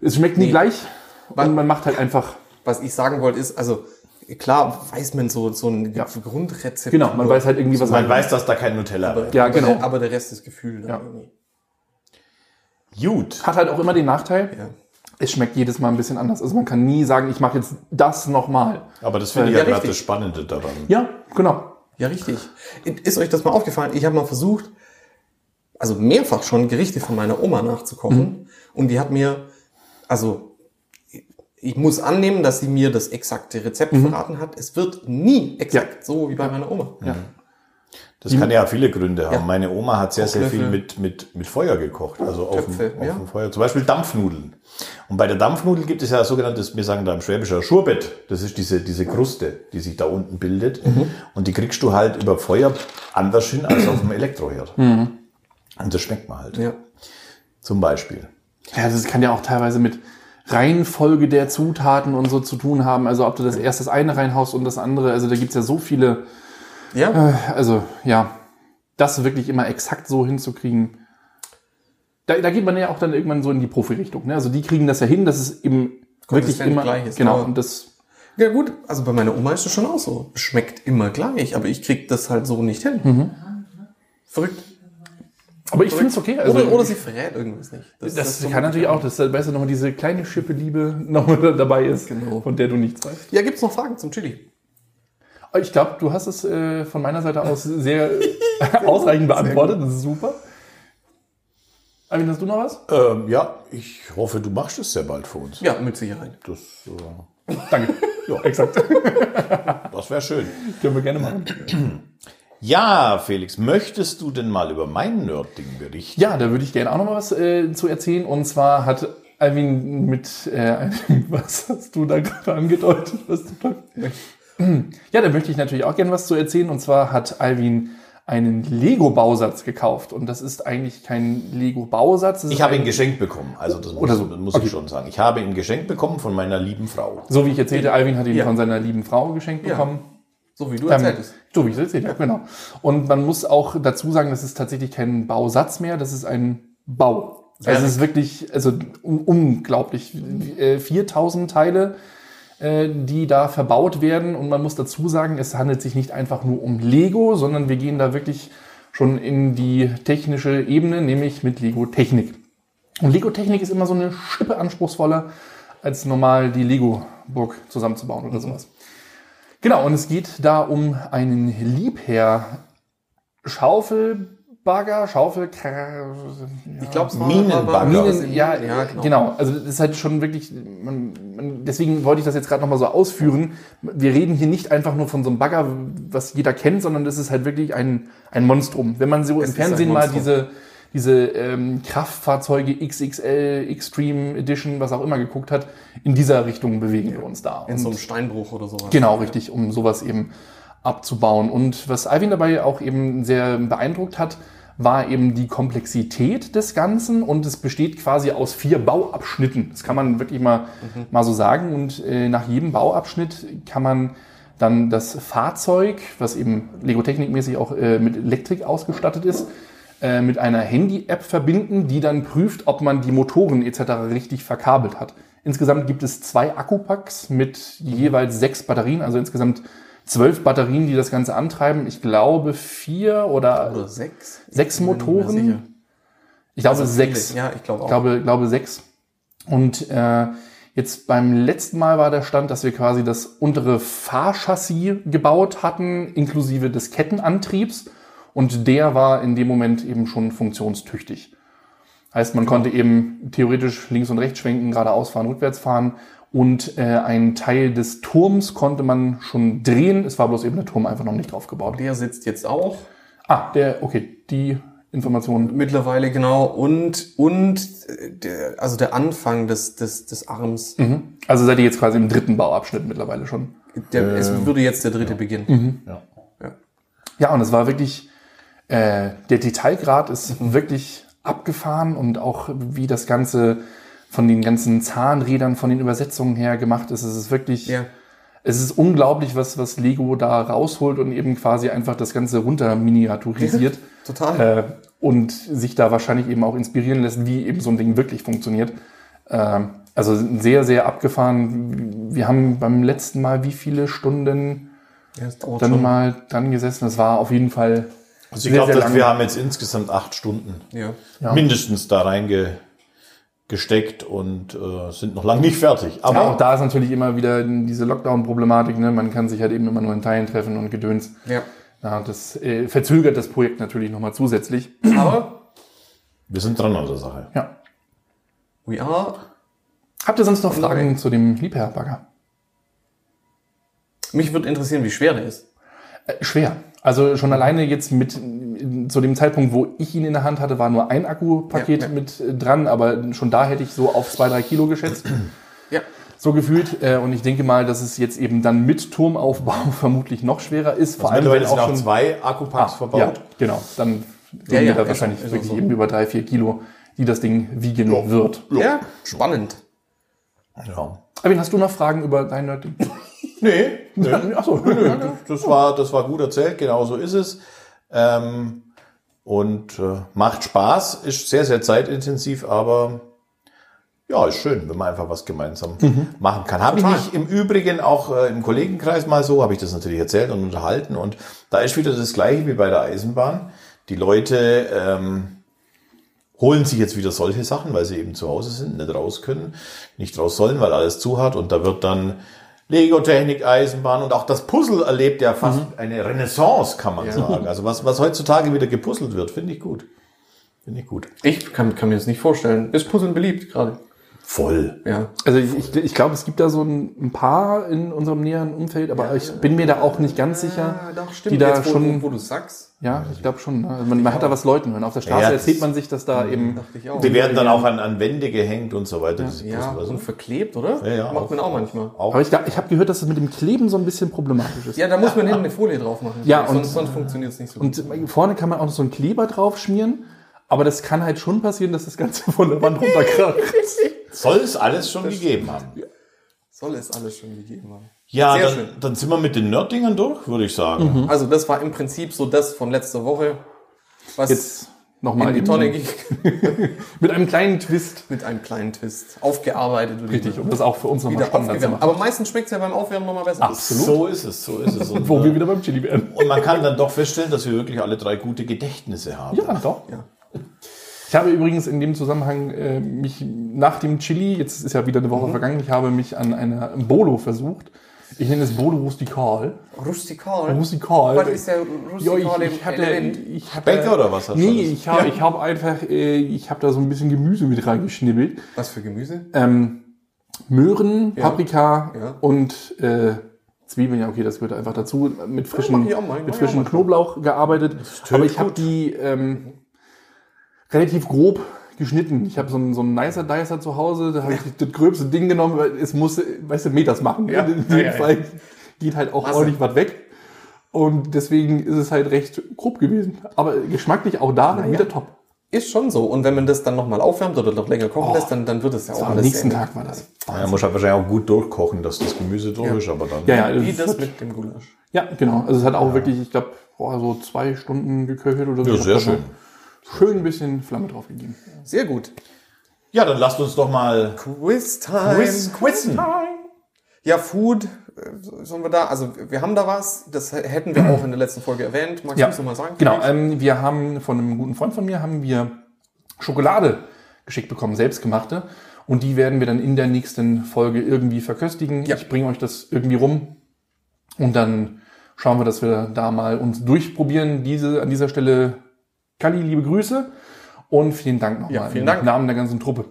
Es schmeckt nie
Nee.
gleich und man macht halt einfach,
Was ich sagen wollte ist, also klar weiß man so, so ein Grundrezept.
genau, man weiß halt irgendwie, was
Man
man
weiß, dass da kein Nutella rein.
Ja,
aber-
genau.
Aber der Rest ist Gefühl. dann
Ja.
irgendwie.
Gut.
Hat halt auch immer den Nachteil,
Ja.
es schmeckt jedes Mal ein bisschen anders. Also man kann nie sagen, ich mache jetzt das nochmal.
Aber das finde ich
Ja,
ja, gerade
richtig.
das Spannende daran.
Ja, genau.
Ja, richtig. Ist euch das mal aufgefallen? Ich habe mal versucht, also mehrfach schon Gerichte von meiner Oma nachzukochen.
Mhm.
Und die hat mir, also ich muss annehmen, dass sie mir das exakte Rezept verraten hat. Es wird nie exakt
Mhm. Ja.
so wie bei meiner Oma.
Ja.
Das kann ja viele Gründe haben.
Ja.
Meine Oma hat sehr, sehr viel
Kochlöffel.
mit, mit, mit Feuer gekocht. Also auf,
Töpfe,
dem, auf
ja.
dem Feuer. Zum Beispiel Dampfnudeln. Und bei der Dampfnudel gibt es ja sogenanntes, wir sagen da im Schwäbischer Schurbett. Das ist diese, diese Kruste, die sich da unten bildet.
Mhm.
Und die kriegst du halt über Feuer anders hin als auf dem Elektroherd. Und das schmeckt man halt.
Mhm. Ja.
Zum Beispiel.
Ja, das kann ja auch teilweise mit Reihenfolge der Zutaten und so zu tun haben. Also ob du das erst das eine reinhaust und das andere. Also da gibt's ja so viele,
Ja.
also ja, das wirklich immer exakt so hinzukriegen. Da, da geht man ja auch dann irgendwann so in die Profi-Richtung. Ne? Also die kriegen das ja hin, dass es eben wirklich
Konsistent
immer
gleich ist,
Genau,
aber-
und das,
ja, gut. Also bei meiner Oma ist das schon auch so. Schmeckt immer gleich, aber ich krieg das halt so nicht hin. Verrückt.
aber Mhm. ich finde es okay. Also,
Oder, oder sie verrät irgendwas nicht.
das,
ist so-
kann natürlich auch, dass da weißt du, nochmal diese kleine Schippe Liebe nochmal dabei ist,
Genau.
von der du nichts weißt.
Ja, gibt's noch Fragen zum Chili?
Aber Ich glaube, du hast es äh, von meiner Seite aus sehr ausreichend beantwortet. Das ist super. Armin, hast du noch was?
Ähm, ja, ich hoffe, du machst es sehr bald für uns.
Ja, mit Sicherheit.
Das, äh,
Danke. ja, exakt.
das wäre schön.
Können wir gerne machen.
Ja, Felix, möchtest du denn mal über mein Nerdding berichten?
Ja, da würde ich gerne auch noch mal was äh, zu erzählen. Und zwar hat Armin mit äh, einem, was hast du da gerade angedeutet? Was du da, Ja, da möchte ich natürlich auch gerne was zu erzählen. Und zwar hat Alvin einen Lego-Bausatz gekauft. Und das ist eigentlich kein Lego-Bausatz. das ist
Ich habe
ein-
ihn geschenkt bekommen. Also das muss,
Oder so.
muss
Okay.
ich schon sagen. Ich habe ihn geschenkt bekommen von meiner lieben Frau.
So wie ich erzählte, Alvin hat ihn
Ja.
von seiner lieben Frau geschenkt
Ja.
bekommen.
So wie du
Ähm,
erzähltest.
so wie ich es erzählt habe, genau. Und man muss auch dazu sagen, das ist tatsächlich kein Bausatz mehr, das ist ein Bau. Also es ist wirklich, also un unglaublich, äh, 4000 Teile, äh, die da verbaut werden. Und man muss dazu sagen, es handelt sich nicht einfach nur um Lego, sondern wir gehen da wirklich schon in die technische Ebene, nämlich mit Lego-Technik. Und Lego-Technik ist immer so eine Schippe anspruchsvoller, als normal die Lego-Burg zusammenzubauen
Mhm.
oder sowas. Genau, und es geht da um einen Liebherr. Schaufelbagger, Schaufel,
Ich glaube, es war
Minenbagger.
war- war-
Minen, ja, ja genau. Also das ist halt schon wirklich, man, man, deswegen wollte ich das jetzt gerade nochmal so ausführen. Wir reden hier nicht einfach nur von so einem Bagger, was jeder kennt, sondern das ist halt wirklich ein, ein Monstrum. Wenn man so
Es
im
ist ein
Fernsehen mal
Monstrum.
diese, diese ähm, Kraftfahrzeuge XXL, Extreme Edition, was auch immer geguckt hat, in dieser Richtung bewegen wir uns da.
In
Und-
so einem Steinbruch oder sowas.
Genau, richtig, um sowas eben abzubauen. Und was Alvin dabei auch eben sehr beeindruckt hat, war eben die Komplexität des Ganzen und es besteht quasi aus vier Bauabschnitten. Das kann man wirklich mal, mal so sagen. Und äh, nach jedem Bauabschnitt kann man dann das Fahrzeug, was eben Lego-Technikmäßig auch äh, mit Elektrik ausgestattet ist, äh, mit einer Handy-App verbinden, die dann prüft, ob man die Motoren etc. richtig verkabelt hat. Insgesamt gibt es zwei Akkupacks mit jeweils sechs Batterien, also insgesamt zwölf Batterien, die das Ganze antreiben. Ich glaube vier oder,
Oder sechs?
sechs
bin mir nicht mehr sicher.
Motoren. Ich glaube sechs.
Ja, ich glaube auch.
Ich glaube, glaube sechs. Und äh, jetzt beim letzten Mal war der Stand, dass wir quasi das untere Fahrchassis gebaut hatten, inklusive des Kettenantriebs. Und der war in dem Moment eben schon funktionstüchtig. Heißt, man konnte eben theoretisch links und rechts schwenken, geradeaus fahren, rückwärts fahren. Und äh, einen Teil des Turms konnte man schon drehen. Es war bloß eben der Turm einfach noch nicht draufgebaut.
der sitzt jetzt auch.
Ah, der, okay, die Information.
Mittlerweile, genau. Und, und äh, der, also der Anfang des, des, des Arms.
Mhm. Also seid ihr jetzt quasi im dritten Bauabschnitt mittlerweile schon.
Der,
Äh,
es würde jetzt der dritte beginnen.
Mhm.
Ja.
Ja, und es war wirklich, äh, der Detailgrad ist
Mhm.
wirklich abgefahren und auch wie das Ganze von den ganzen Zahnrädern, von den Übersetzungen her gemacht ist, es ist wirklich,
Ja.
es ist unglaublich, was, was Lego da rausholt und eben quasi einfach das Ganze runter miniaturisiert.
Total.
äh, und sich da wahrscheinlich eben auch inspirieren lässt, wie eben so ein Ding wirklich funktioniert. Ähm, also sehr, sehr abgefahren. Wir haben beim letzten Mal wie viele Stunden
ja, es dauert
dann
schon.
mal dran gesessen? Das war auf jeden Fall
Also ich
Sehr,
glaube,
sehr
dass
lange.
wir haben jetzt insgesamt acht Stunden
Ja.
Ja.
mindestens da reingesteckt und äh, sind noch lange nicht fertig. Aber
Ja, auch da ist natürlich immer wieder diese Lockdown-Problematik. Ne? Man kann sich halt eben immer nur in Teilen treffen und gedöns.
ja.
Ja, das äh, verzögert das Projekt natürlich nochmal zusätzlich.
Aber
wir sind dran an der Sache.
Ja.
we are.
Habt ihr sonst noch Fragen zu dem Liebherr-Bagger?
Mich würde interessieren, wie schwer der ist.
Äh, schwer. Also schon alleine jetzt mit, äh, zu dem Zeitpunkt, wo ich ihn in der Hand hatte, war nur ein Akkupaket
Ja, ja.
mit äh, dran, aber schon da hätte ich so auf zwei, drei Kilo geschätzt.
Ja.
So gefühlt. Äh, und ich denke mal, dass es jetzt eben dann mit Turmaufbau vermutlich noch schwerer ist. Vor allem,
Also Mittlerweile sind
weil auch
auch
schon
zwei Akkupacks
Ja,
verbaut.
genau. Dann reden
Ja,
wir
ja,
da
ist
wahrscheinlich
so, ist
wirklich
so.
eben über drei, vier Kilo, die das Ding wiegen wird.
Ja. Spannend.
Ja.
Erwin, hast du noch Fragen über dein Nerd?
Nee, nee.
Achso.
Das war, das war gut erzählt, genau so ist es. Ähm, und äh, macht Spaß, ist sehr, sehr zeitintensiv, aber ja, ist schön, wenn man einfach was gemeinsam machen kann. Habe ich
Total.
mich im Übrigen auch äh, im Kollegenkreis mal so, habe ich das natürlich erzählt und unterhalten. Und da ist wieder das Gleiche wie bei der Eisenbahn. Die Leute ähm, holen sich jetzt wieder solche Sachen, weil sie eben zu Hause sind, nicht raus können, nicht raus sollen, weil alles zu hat. Und da wird dann Lego-Technik, Eisenbahn und auch das Puzzle erlebt ja fast eine Renaissance, kann man sagen. Also was, was heutzutage wieder gepuzzelt wird, finde ich gut. Finde ich gut.
Ich kann, kann mir das nicht vorstellen. Ist Puzzeln beliebt gerade?
voll.
Ja.
Also ich, ich, ich glaube, es gibt da so ein, ein paar in unserem näheren Umfeld, aber ich bin mir da auch nicht ganz sicher.
Ah, doch, stimmt.
Die da
Jetzt, wo,
schon-
wo, wo du sagst.
Ja, ich glaube schon. ne? Also man, man hat da was Leuten hören. Auf der Straße
Ja, das-
erzählt man sich, dass da eben
Dachte ich auch.
Die werden dann auch an, an Wände gehängt und so weiter. diese
ja,
Posten, weißt du?
und verklebt, oder?
Ja, ja,
Macht
auch-
man auch manchmal.
Aber ich, glaub- ich habe gehört, dass es mit dem Kleben so ein bisschen problematisch ist.
Ja, da muss man hinten eine Folie drauf machen.
Ja, und-
sonst, sonst funktioniert es nicht so gut.
Und vorne kann man auch noch so einen Kleber drauf schmieren, aber das kann halt schon passieren, dass das Ganze von der Wand runterkracht.
Soll es alles schon gegeben haben.
Soll es alles schon gegeben haben.
Ja,
Sehr
dann,
schön.
dann sind wir mit den Nerddingern durch, würde ich sagen.
Hm?
Also das war im Prinzip so das von letzter Woche, was
Jetzt
in
nochmal
die Tonne ging.
Mit einem kleinen Twist.
Mit einem kleinen Twist. Aufgearbeitet. und
Richtig, also um das auch für uns nochmal
Wieder
spannender zu
aufgewärmt.
machen.
Aber meistens schmeckt es ja beim Aufwärmen nochmal besser.
So ist es, so ist es. Und,
Wo wir
äh,
wieder beim Chili werden.
und man kann dann doch feststellen, dass wir wirklich alle drei gute Gedächtnisse haben.
Ja, doch.
Ja.
Ich habe übrigens in dem Zusammenhang äh, mich nach dem Chili, jetzt ist ja wieder eine
Mhm.
Woche vergangen, ich habe mich an einer Bolo versucht. Ich nenne es Bolo rustikal.
Rustikal.
Rustikal.
Was ist der
Ja,
rustikale
ich, ich hatte,
Element?
ich hatte,
Bäcker oder was hast du
Nee,
das?
ich habe ich hab einfach, äh, ich habe da so ein bisschen Gemüse mit reingeschnibbelt.
Was für Gemüse?
Ähm, Möhren,
Ja.
Paprika
Ja.
und äh, Zwiebeln, ja okay, das gehört einfach dazu. Mit
mach
frischem,
ich auch mal, mach
mit
ich
frischem
auch mal.
Knoblauch gearbeitet. Aber ich habe die ähm, relativ grob geschnitten. Ich habe so einen so einen nicer Dicer zu Hause, da habe ich das gröbste Ding genommen, weil es muss, äh, weißt du, Meters machen.
Ja.
Und In
Ja,
dem
ja, ja.
Fall geht halt auch
Masse.
ordentlich was weg. Und deswegen ist es halt recht grob gewesen. Aber geschmacklich auch da wieder top.
Ist schon so. Und wenn man das dann nochmal aufwärmt oder noch länger kochen lässt, dann, dann wird es ja auch
Oh. Am
alles
nächsten
sehr-
Tag war das.
Ja, man muss halt wahrscheinlich auch gut durchkochen, dass das Gemüse durch ist, aber dann.
Ja, ja,
Wie
das
das
hat-
mit dem Gulasch.
Ja, genau. Also es hat auch wirklich, ich glaube, so zwei Stunden geköchelt oder so.
Ja,
Ich hab
sehr
da noch
schön.
Schön ein bisschen Flamme drauf gegeben.
Sehr gut.
Ja, dann lasst uns doch mal
Quiz-Time.
quiz, quizzen.
Ja, Food, äh, sollen wir da, also wir haben da was, das hätten wir auch in der letzten Folge erwähnt. Magst du es nochmal sagen?
Genau. Ähm, wir haben von einem guten Freund von mir haben wir Schokolade geschickt bekommen, selbstgemachte. Und die werden wir dann in der nächsten Folge irgendwie verköstigen.
Ja.
Ich bringe euch das irgendwie rum. Und dann schauen wir, dass wir da mal uns durchprobieren. Diese, an dieser Stelle, Kalli, liebe Grüße. Und vielen Dank nochmal.
Ja, vielen
im
Dank.
Namen der ganzen Truppe.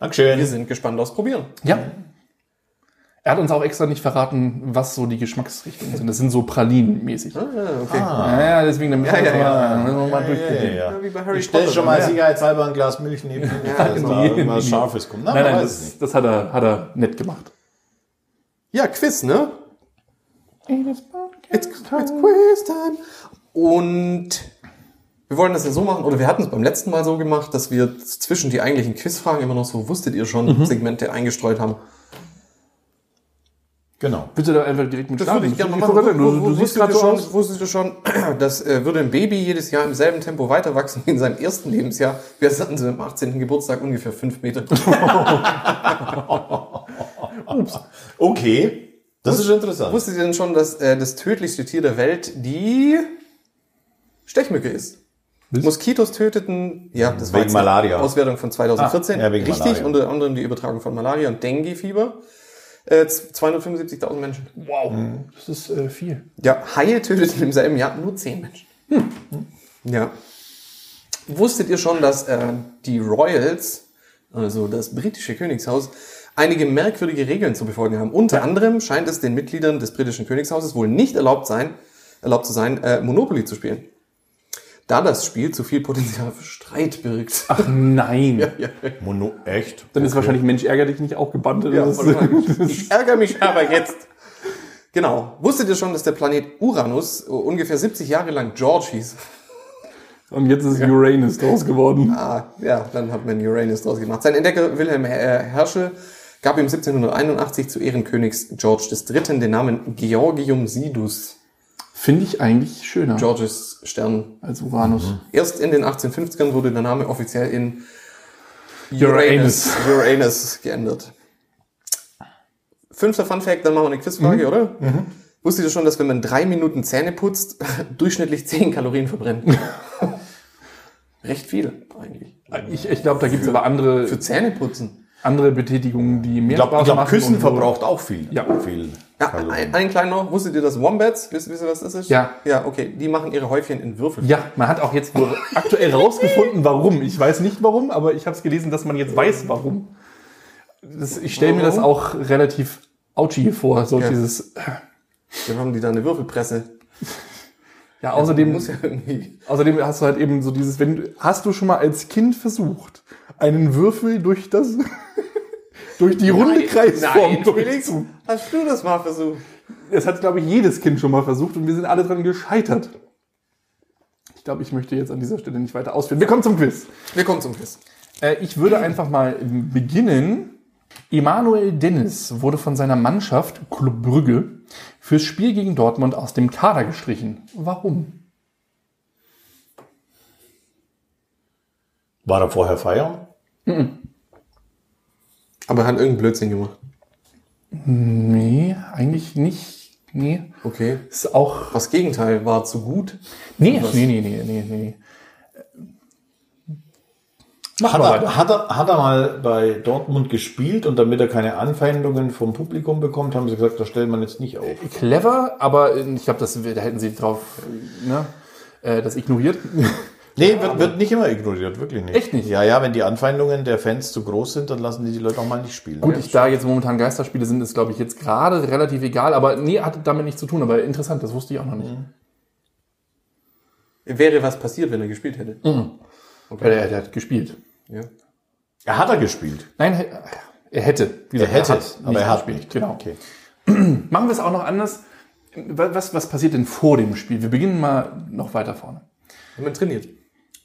Dankeschön.
Wir sind gespannt aufs Probieren.
Ja. Er hat uns auch extra nicht verraten, was so die Geschmacksrichtungen sind. Das sind so Pralinen-mäßig.
Ah, okay.
Ja, ja, deswegen, dann müssen wir
Ja,
das
ja,
mal, müssen wir mal
Ja, ja,
durchprobieren.
ja.
wie bei Harry
ich stelle
Potter
schon mal
dann, ja.
sicherheitshalber ein Glas Milch neben, dass da
genau.
irgendwas Scharfes kommt. Na,
Nein,
man
nein,
weiß es nicht.
das, das hat, er, hat er nett gemacht.
Ja, Quiz, ne? It's, it's Quiz Time. Und wir wollen das ja so machen, oder wir hatten es beim letzten Mal so gemacht, dass wir zwischen die eigentlichen Quizfragen immer noch so, wusstet ihr schon, Segmente eingestreut haben.
Genau.
Bitte da einfach direkt mit
Das würde ich gerne mal machen.
wollte gerade
Wo-
sagen,
wo-
Du, du siehst
wusstet
gerade
ihr
so
schon,
aus.
wusstet ihr schon, dass äh, würde ein Baby jedes Jahr im selben Tempo weiterwachsen wie in seinem ersten Lebensjahr, wäre es an seinem 18. Geburtstag ungefähr fünf Meter.
Okay, das ist interessant.
wusstet ihr denn schon, dass äh, das tödlichste Tier der Welt die Stechmücke ist? Moskitos töteten, ja, das war
Wegen
jetzt eine
Malaria.
Auswertung von 2014,
Ah, ja, wegen
richtig,
Malaria.
unter anderem die Übertragung von Malaria und Dengue-Fieber. Äh, 275.000 Menschen.
Wow, das ist äh, viel.
Ja, Haie töteten im selben Jahr nur zehn Menschen.
Hm.
Ja. Wusstet ihr schon, dass äh, die Royals, also das britische Königshaus, einige merkwürdige Regeln zu befolgen haben? Unter anderem scheint es den Mitgliedern des britischen Königshauses wohl nicht erlaubt sein, erlaubt zu sein, äh, Monopoly zu spielen. Da das Spiel zu viel Potenzial für Streit birgt.
Ach nein.
ja,
Mono, echt?
Dann ist wahrscheinlich Mensch ärger dich nicht auch gebannt.
Ja,
Das ist-
vollkommen. ich ärgere mich aber jetzt. Genau. Wusstet ihr schon, dass der Planet Uranus äh, ungefähr 70 Jahre lang George hieß?
Und jetzt ist Uranus draus geworden.
Ah, ja, dann hat man Uranus draus gemacht. Sein Entdecker Wilhelm Her- äh, Herschel gab ihm 1781 zu Ehren Königs George III. den Namen Georgium Sidus,
Finde ich eigentlich schöner
Georges Stern.
als Uranus.
Erst in den 1850ern wurde der Name offiziell in
Uranus.
Uranus geändert. Fünfter Fun Fact, dann machen wir eine Quizfrage, oder? Wusstet ihr schon, dass wenn man drei Minuten Zähne putzt, durchschnittlich 10 Kalorien verbrennt? Recht viel, eigentlich.
Ich, ich glaube, da gibt es aber andere
Für Zähneputzen.
andere Betätigungen, die mehr
Ich glaube,
Spaß
glaub,
machen
Küssen
und wo-
verbraucht auch viel.
Ja.
viel
Ja,
Kalorien.
ein, ein kleiner noch. Wusstet ihr, dass Wombats, wisst, wisst ihr, was das ist?
Ja.
Ja, okay. Die machen ihre Häufchen in Würfel.
Ja, man hat auch jetzt wohl aktuell rausgefunden, warum. Ich weiß nicht warum, aber ich habe es gelesen, dass man jetzt weiß, warum. Das, ich stelle mir das auch relativ ouchie vor, so
Ja.
dieses.
Dann haben die da eine Würfelpresse.
Ja, außerdem,
Muss ja irgendwie.
außerdem hast du halt eben so dieses, wenn du- hast du schon mal als Kind versucht, einen Würfel durch das, durch die runde Kreisform
nein, Felix,
durchzu.
hast du das mal versucht?
Das hat, glaube ich, jedes Kind schon mal versucht und wir sind alle dran gescheitert. Ich glaube, ich möchte jetzt an dieser Stelle nicht weiter ausführen. Wir kommen zum Quiz.
Wir kommen zum Quiz.
Äh, ich würde einfach mal ähm, beginnen. Emanuel Dennis wurde von seiner Mannschaft Club Brügge fürs Spiel gegen Dortmund aus dem Kader gestrichen. Warum?
War er vorher feiern?
Aber er hat irgendeinen Blödsinn gemacht.
Nee, eigentlich nicht. Nee.
Okay.
Ist auch.
Das Gegenteil war zu gut.
Nee, nee, nee, nee, nee, nee.
Hat
mal
er, hat, er, hat er mal bei Dortmund gespielt und damit er keine Anfeindungen vom Publikum bekommt, haben sie gesagt, das stellt man jetzt nicht auf.
Clever, aber äh, ich glaube, das wär- da hätten sie drauf, äh, ne, äh, das ignoriert.
Nee, wird, wird nicht immer ignoriert, wirklich nicht.
Echt nicht?
Ja, ja, wenn die Anfeindungen der Fans zu groß sind, dann lassen die die Leute auch mal nicht spielen.
Gut, ich, da jetzt momentan Geisterspiele sind, ist, glaube ich, jetzt gerade relativ egal, aber nee, hat damit nichts zu tun, aber interessant, das wusste ich auch noch nicht.
Wäre was passiert, wenn er gespielt hätte.
Mhm. Weil er, er Äh, hat gespielt.
Ja.
Er hat er gespielt.
Nein, er- er hätte. Wie
Er
gesagt,
hätte
hat
es,
nicht
aber er hat
gespielt,
nicht.
Genau.
Okay.
Machen wir es auch noch anders. Was, was- was passiert denn vor dem Spiel? Wir beginnen mal noch weiter vorne.
Wenn man trainiert.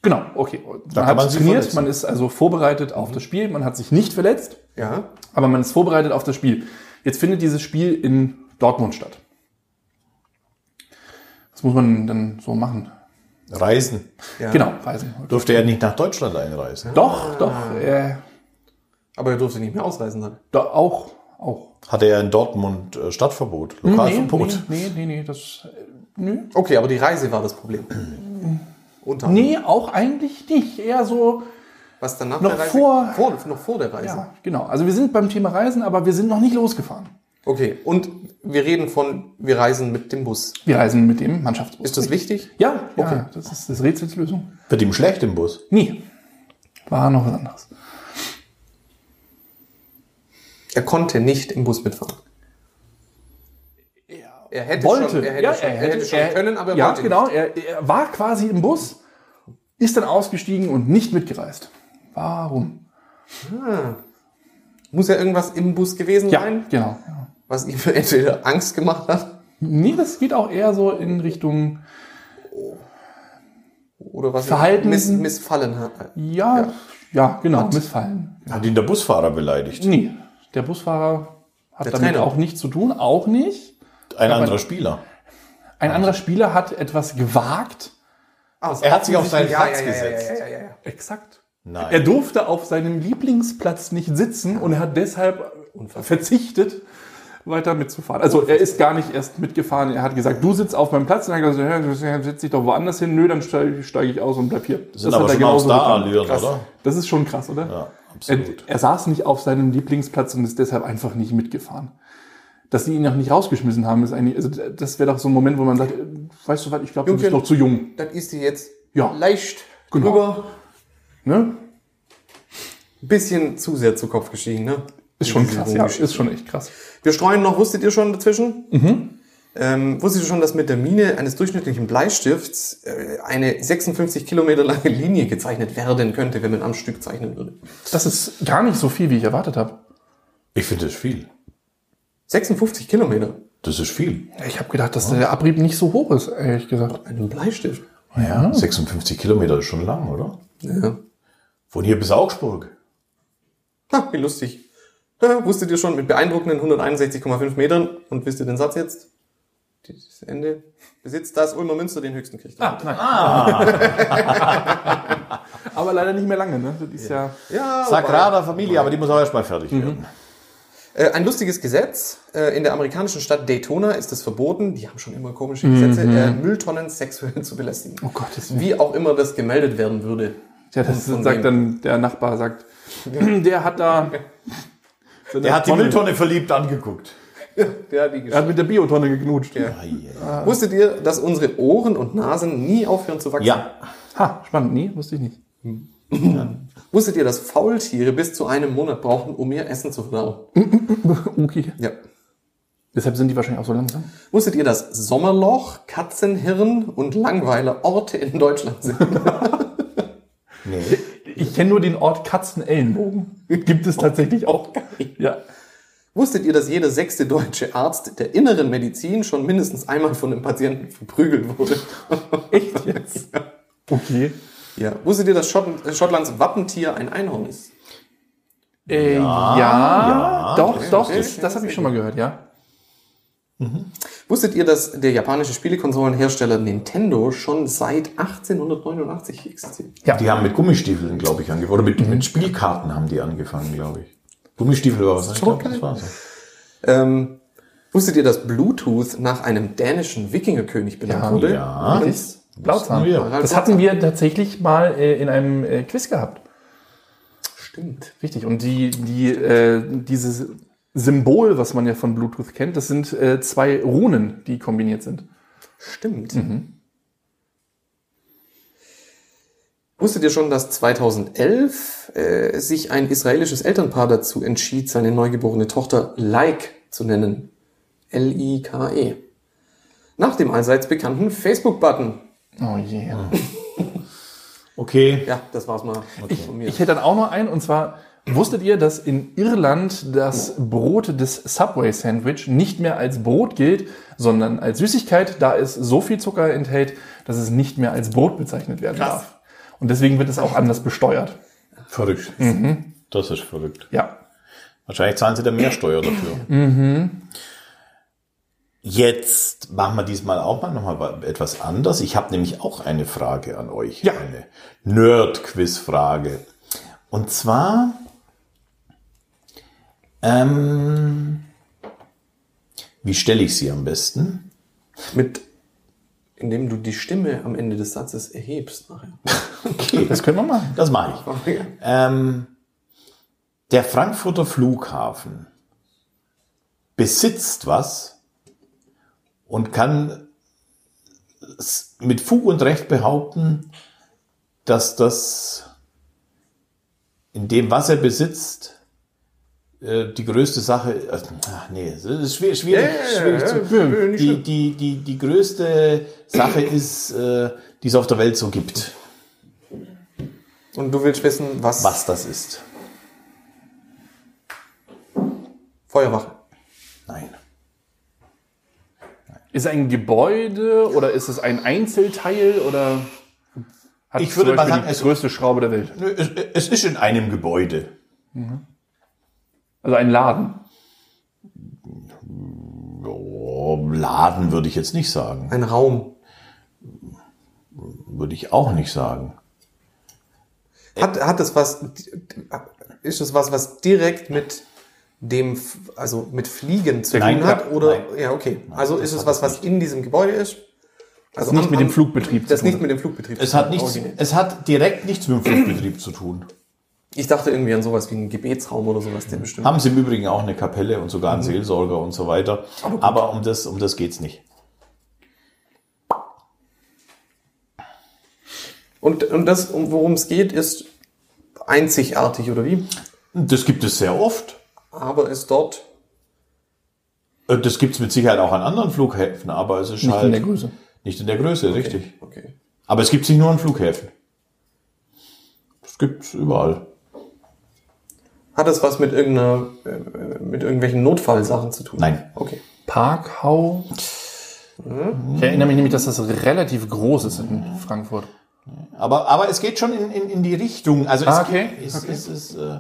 Genau, okay. Man
kann
hat
man sich
trainiert,
verletzen. Mhm.
man ist also vorbereitet auf das Spiel, man hat sich nicht verletzt,
Ja.
aber man ist vorbereitet auf das Spiel. Jetzt findet dieses Spiel in Dortmund statt. Was muss man denn so machen?
Reisen.
ja.
Genau, reisen.
Durfte er nicht nach Deutschland einreisen?
Doch, doch, äh,
Aber er durfte nicht mehr ausreisen dann.
doch, auch, auch.
Hatte er in Dortmund äh, Stadtverbot,
Nee,
Lokalverbot?
nee, nee, nee, das, äh, nö.
Okay, aber die Reise war das Problem. Unter anderem.
Mhm. Nee, auch eigentlich nicht. Eher so,
Was danach
Noch
der Reise?
vor-
vor? Noch vor der Reise.
ja, genau. Also wir sind beim Thema Reisen, aber wir sind noch nicht losgefahren.
Okay, und wir reden von, wir reisen mit dem Bus.
Wir reisen mit dem Mannschaftsbus.
Ist das wichtig?
Ja, ja
Okay.
das ist das Rätselslösung.
Wird ihm schlecht im Bus?
Nee, war noch was anderes.
Er konnte nicht im Bus mitfahren. Er hätte schon, er hätte,
ja,
schon, er hätte schon können, aber er
ja,
wollte
genau.
nicht.
Er, er war quasi im Bus, ist dann ausgestiegen und nicht mitgereist. Warum?
Muss ja irgendwas im Bus gewesen
Ja,
sein,
genau. Ja.
was ihm entweder Angst gemacht hat
Nee, das geht auch eher so in Richtung
oder was
Verhalten-
ihm miss, missfallen hat.
Ja, ja, genau, missfallen.
Hat ihn der Busfahrer beleidigt?
Nee, der Busfahrer hat
Der
damit
Trainer.
auch nichts zu tun, auch nicht.
Ein anderer Spieler.
Ein anderer Spieler hat etwas gewagt.
Ah, so
Er hat sich auf seinen
ja,
Platz
ja, ja,
gesetzt.
Ja, ja, ja, ja, ja.
Exakt. Er
Nein.
durfte auf seinem Lieblingsplatz nicht sitzen und hat deshalb äh, verzichtet, weiter mitzufahren. Also er ist gar nicht erst mitgefahren. Er hat gesagt, du sitzt auf meinem Platz. Und er hat gesagt, ja, sitz dich doch woanders hin. Nö, dann steige steig ich aus und bleib hier.
Das sind aber schon auch Star-Allüren, oder?
Das ist schon krass, oder?
Ja,
Er,
absolut.
er saß nicht auf seinem Lieblingsplatz und ist deshalb einfach nicht mitgefahren. Dass sie ihn noch nicht rausgeschmissen haben, ist eigentlich, also das wäre doch so ein Moment, wo man sagt, äh, weißt du was, ich glaube, du bist
Jungchen.
noch zu jung.
Das ist die jetzt
Ja.
leicht
Genau.
drüber.
Ne?
Bisschen zu sehr zu Kopf gestiegen, ne?
Ist schon
Diese
krass, ja,
Geschichte.
ist schon echt krass.
Wir streuen noch, wusstet ihr schon dazwischen? Ähm, wusstet ihr schon, dass mit der Mine eines durchschnittlichen Bleistifts äh, eine 56 Kilometer lange Linie gezeichnet werden könnte, wenn man am Stück zeichnen würde?
Das ist gar nicht so viel, wie ich erwartet habe.
Ich finde das viel.
56 Kilometer?
Das ist viel.
Ich habe gedacht, dass der Abrieb nicht so hoch ist, ehrlich gesagt.
Mit einem Bleistift?
Ja. 56 Kilometer ist schon lang, oder?
Ja.
Von hier bis Augsburg.
Ha, wie lustig. Ha, wusstet ihr schon mit beeindruckenden 161,5 Metern? Und wisst ihr den Satz jetzt? Das Ende. Besitzt das Ulmer Münster den höchsten Kirchturm?
nein. Aber leider nicht mehr lange, ne? Das ist ja.
Ja,
Sagrada Familie, aber die muss auch erstmal fertig werden.
Äh, ein lustiges Gesetz. Äh, in der amerikanischen Stadt Daytona ist es verboten, die haben schon immer komische Gesetze, äh, Mülltonnen sexuell zu belästigen.
Oh Gott, das
Wie auch immer das gemeldet werden würde.
Ja, das
Von
sagt
wem?
dann der Nachbar, sagt, der hat da.
Der hat die Mülltonne verliebt angeguckt.
Ja, die
Er hat mit der Biotonne geknutscht.
Ja. Wusstet ihr, dass unsere Ohren und Nasen nie aufhören zu wachsen?
Ja,
Ha, spannend. Nee, wusste ich nicht.
Wusstet ihr, dass Faultiere bis zu einem Monat brauchen, um ihr Essen zu verdauen?
Okay.
Ja.
Deshalb sind die wahrscheinlich auch so langsam.
Wusstet ihr, dass Sommerloch, Katzenhirn und Langweiler Orte in Deutschland sind?
Nee.
Ich kenne nur den Ort Katzenellenbogen. Gibt es tatsächlich auch. Ja.
Wusstet ihr, dass jeder sechste deutsche Arzt der inneren Medizin schon mindestens einmal von einem Patienten verprügelt wurde?
Echt jetzt? Okay.
Ja. Wusstet ihr, dass Schotten, äh, Schottlands Wappentier ein Einhorn ist?
Äh, ja,
ja,
doch, doch,
okay,
das,
okay,
das habe ich schon mal gehört, ja.
Wusstet ihr, dass der japanische Spielekonsolenhersteller Nintendo schon seit 1889 existiert?
Ja,
Die haben mit Gummistiefeln, glaube ich, angefangen. Oder mit, mit Spielkarten haben die angefangen, glaube ich. Gummistiefel war was? ne? Ich glaub, das war so.
Ähm, wusstet ihr, dass Bluetooth nach einem dänischen Wikingerkönig benannt
Ja.
wurde?
Ja.
Und
Blauzahn.
Wussten wir.
Das hatten wir tatsächlich mal äh, in einem äh, Quiz gehabt.
stimmt.
Richtig. Und die, die, äh, dieses Symbol, was man ja von Bluetooth kennt, das sind äh, zwei Runen, die kombiniert sind.
Stimmt. Wusstet ihr schon, dass 2011 äh, sich ein israelisches Elternpaar dazu entschied, seine neugeborene Tochter Like zu nennen? L-I-K-E. E. Nach dem allseits bekannten Facebook-Button.
Oh je.
Okay.
Ja, das war's mal von mir.
Ich hätte dann auch noch einen, und zwar, wusstet ihr, dass in Irland das Brot des Subway-Sandwich nicht mehr als Brot gilt, sondern als Süßigkeit, da es so viel Zucker enthält, dass es nicht mehr als Brot bezeichnet werden
Krass.
darf. Und deswegen wird es auch anders besteuert.
Verrückt. Das ist verrückt.
Ja.
Wahrscheinlich zahlen sie da mehr Steuer dafür. Jetzt machen wir diesmal auch mal nochmal etwas anders. Ich habe nämlich auch eine Frage an euch.
Ja.
Eine Nerd-Quiz-Frage. Und zwar, ähm, wie stelle ich sie am besten?
Mit, indem du die Stimme am Ende des Satzes erhebst nachher.
Okay,
Das können wir machen.
das mache ich. Ähm, der Frankfurter Flughafen besitzt was und kann s- mit Fug und Recht behaupten, dass das in dem, was er besitzt, äh, die größte Sache, äh, ach nee, das ist schwierig, schwierig, schwierig zu, die, die, die, die größte Sache ist, äh, die es auf der Welt so gibt,
Und du willst wissen, was?
was das ist.
Feuerwache.
Nein.
Ist ein Gebäude oder ist es ein Einzelteil oder hat
Ich würde
zum
mal
Beispiel
sagen,
die
es-
größte Schraube der Welt?
Nö, Es, es ist in einem Gebäude.
Also ein Laden.
Oh, Laden würde ich jetzt nicht sagen.
Ein Raum.
Würde ich auch nicht sagen.
Hat, hat das was, ist das was, was direkt mit dem, F- also mit Fliegen zu
Nein,
tun hat?
ja,
Oder,
nein.
ja, okay. also
das
ist es
hat
was,
es
was in diesem Gebäude ist? Also
nicht
am-
mit dem
am-
Flugbetrieb
Das
zu tun
nicht mit dem Flugbetrieb.
Es
zu
hat
tun,
nichts,
originell.
es hat direkt nichts mit dem Flugbetrieb zu tun.
Ich dachte irgendwie an sowas wie einen Gebetsraum oder sowas, der bestimmt.
Haben sie im Übrigen auch eine Kapelle und sogar einen
Mhm.
Seelsorger und so weiter. Aber um das, um das geht's nicht.
Und, und das, um- worum es geht, ist einzigartig oder wie?
Das gibt es sehr oft.
Aber ist dort
Äh, Das gibt's mit Sicherheit auch an anderen Flughäfen, aber es ist
Nicht
halt
in der Größe.
Nicht in der Größe, richtig.
Okay.
Aber es gibt nicht nur an Flughäfen. Das gibt's überall.
Hat das was mit irgendeiner, äh, mit irgendwelchen Notfallsachen zu tun?
Nein.
Okay.
Parkhaus. Ich erinnere mich nämlich, dass das relativ groß ist in Frankfurt.
Aber, aber es geht schon in, in, in die Richtung. Also es
Ah, okay,
geht, es, es, es, äh,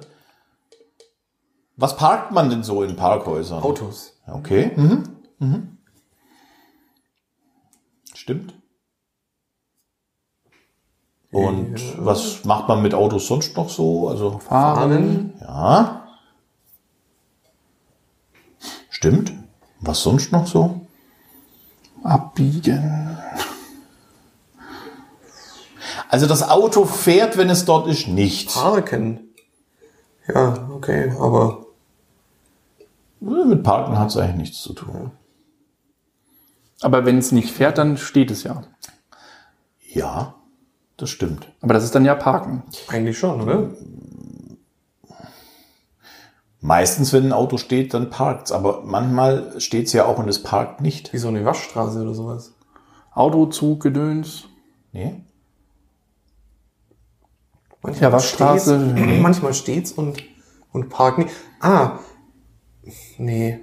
was parkt man denn so in Parkhäusern?
Autos.
Okay. Mhm. Mhm. Stimmt. Und was macht man mit Autos sonst noch so? Also
Fahren.
ja. Stimmt. Was sonst noch so?
Abbiegen.
Also das Auto fährt, wenn es dort ist, nicht.
Parken. Ja, okay, aber
Mit Parken hat es eigentlich nichts zu tun.
Aber wenn es nicht fährt, dann steht es ja.
Ja. Das stimmt.
Aber das ist dann ja Parken.
Eigentlich schon, oder?
Meistens, wenn ein Auto steht, dann parkt's. Aber manchmal steht's ja auch und es parkt nicht.
Wie so eine Waschstraße oder sowas.
Auto, Zug, Gedöns.
Nee?
Ja,
Manchmal
Waschstraße.
Steht's, manchmal steht's und, und parken. Ah. Nee.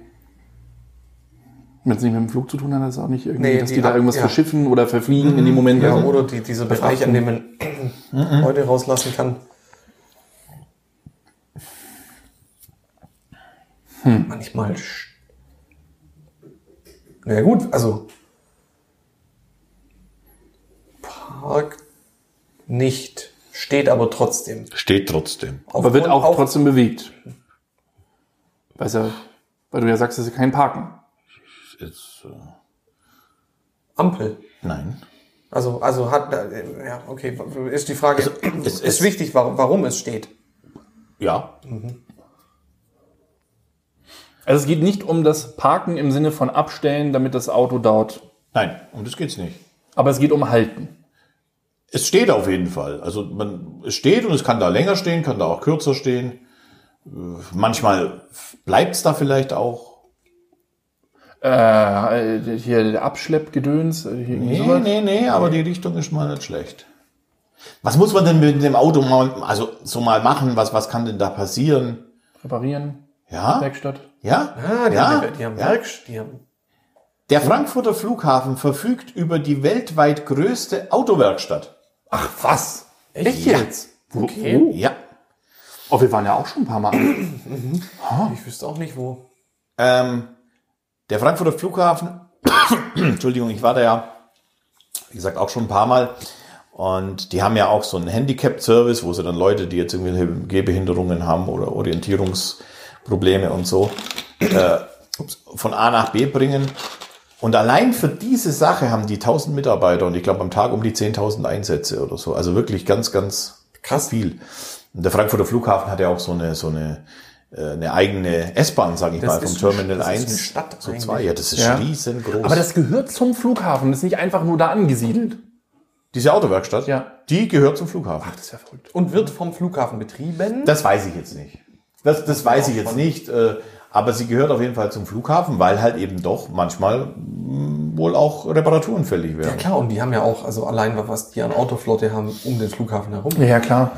Wenn es nicht mit dem Flug zu tun hat, ist auch nicht irgendwie,
Nee,
dass die,
die
da
ab-
irgendwas
ja.
verschiffen oder verfliegen in dem Moment. Also
Ja, oder die, dieser Bereich, an dem man Leute rauslassen kann. Manchmal. sch- Na ja, gut, also. Park nicht. Steht aber trotzdem.
Steht trotzdem.
Aber wird
Aufgrund-
auch
auf-
trotzdem bewegt. Weiß ja, weil du ja sagst, das ist kein Parken.
Ist, äh,
Ampel.
nein.
Also, also hat. äh, Ja, okay. Ist die Frage.
es-
ist
es-
wichtig, warum, warum es steht.
Ja.
Also es geht nicht um das Parken im Sinne von Abstellen, damit das Auto dauert.
Nein, um das geht's nicht.
Aber es geht um Halten.
Es steht auf jeden Fall. Also man es steht und es kann da länger stehen, kann da auch kürzer stehen. Äh, Manchmal bleibt's da vielleicht auch.
Äh, hier der Abschleppgedöns. äh, Hier irgendwie
Nee,
sowas.
nee, nee, aber die Richtung ist mal nicht schlecht. Was muss man denn mit dem Auto mal, also so mal machen? Was, was kann denn da passieren?
Reparieren,
Ja?
Werkstatt.
Ja?
Ah, die
ja?
haben, die haben
ja?
Werkst- die haben
Der Frankfurter Flughafen verfügt über die weltweit größte Autowerkstatt.
Was? Echt
Ja.
jetzt?
Okay.
Ja.
Oh, wir waren ja auch schon ein paar Mal. an.
Ich wüsste auch nicht wo.
Ähm, der Frankfurter Flughafen, Entschuldigung, ich war da ja, wie gesagt, auch schon ein paar Mal. Und die haben ja auch so einen Handicap-Service, wo sie dann Leute, die jetzt irgendwie Gehbehinderungen haben oder Orientierungsprobleme und so, äh, ups, von A nach B bringen. Und allein für diese Sache haben die 1000 Mitarbeiter und ich glaube am Tag um die 10.000 Einsätze oder so. Also wirklich ganz, ganz
Krass.
viel. Und der Frankfurter Flughafen hat ja auch so eine, so eine, äh, eine eigene S-Bahn, sage ich
Das
mal, vom
ist
Terminal
eine-
1
das ist eine Stadt
zu
eigentlich.
2. Ja, das ist
Ja.
riesengroß.
Aber das gehört zum Flughafen, ist nicht einfach nur da angesiedelt.
Diese Autowerkstatt,
Ja.
die gehört zum Flughafen.
Das ist ja verrückt.
Und wird vom Flughafen betrieben?
Das weiß ich jetzt nicht. Das, das weiß ich jetzt nicht. äh, Aber sie gehört auf jeden Fall zum Flughafen, weil halt eben doch manchmal mm, wohl auch Reparaturen fällig
ja
werden.
klar, und die haben ja auch, also allein was die an Autoflotte haben, um den Flughafen herum.
Ja, klar.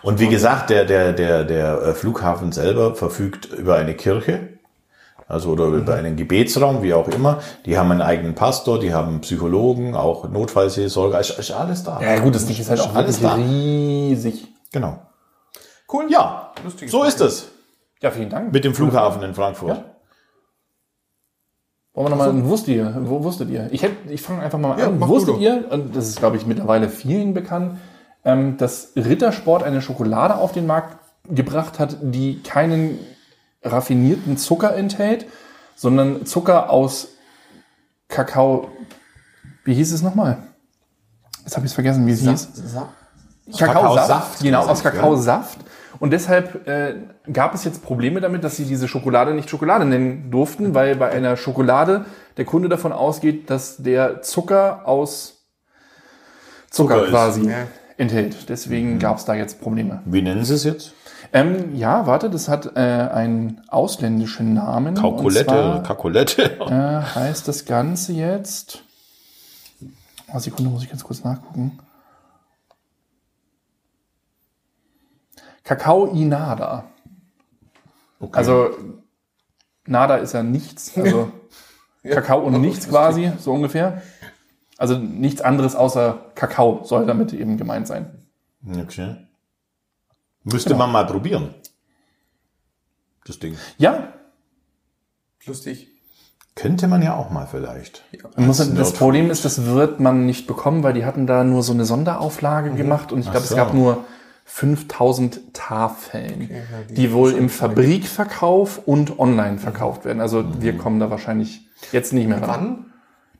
Und wie gesagt, der, der, der, der äh, Flughafen selber verfügt über eine Kirche, also oder
Mhm.
über einen Gebetsraum, wie auch immer. Die haben einen eigenen Pastor, die haben Psychologen, auch Notfallseelsorger, ist, ist alles da.
Ja, gut, das Ding ist halt auch
Alles
wirklich
da.
riesig.
Genau.
Cool.
Ja,
Lustige
so
Frage.
ist es
Ja, vielen Dank.
mit dem Flughafen in Frankfurt.
Ja. Wollen wir nochmal, so. wusstet ihr, wo wusstet ihr? Ich, hätt- ich fange einfach mal
Ja,
an.
mach du
Wusstet
doch.
ihr, und das ist, glaube ich, mittlerweile vielen bekannt, ähm, dass Rittersport eine Schokolade auf den Markt gebracht hat, die keinen raffinierten Zucker enthält, sondern Zucker aus Kakao. Wie hieß es nochmal? Jetzt habe ich es vergessen, wie es hieß. Kakaosaft,
Kakaosaft,
genau, aus
gesagt, ja.
Kakaosaft. Und deshalb äh, gab es jetzt Probleme damit, dass sie diese Schokolade nicht Schokolade nennen durften, weil bei einer Schokolade der Kunde davon ausgeht, dass der Zucker aus Zucker,
Zucker ist.
quasi
Ja.
enthält. Deswegen gab es da jetzt Probleme.
Wie nennen sie es jetzt?
Ähm, ja, warte, das hat äh, einen ausländischen Namen. Und
Kaukulette,
zwar,
Kakulette.
äh, heißt das Ganze jetzt. Oh, Sekunde, muss ich ganz kurz nachgucken. Kakao Inada.
Okay.
Also, Nada ist ja nichts. Also, Kakao und nichts quasi, so ungefähr. Also, nichts anderes außer Kakao soll damit eben gemeint sein.
okay. Genau. Müsste man mal probieren. Das Ding.
Ja,
Lustig.
Könnte man ja auch mal vielleicht.
Man muss, halt-
Als
das
Nerd-
Problem ist, das wird man nicht bekommen, weil die hatten da nur so eine Sonderauflage gemacht und ich
Ach
glaube,
so.
es gab nur 5000 Tafeln,
ja,
die,
die
wohl im Fabrikverkauf und online verkauft werden. Also wir kommen da wahrscheinlich jetzt nicht mehr ran.
Wann?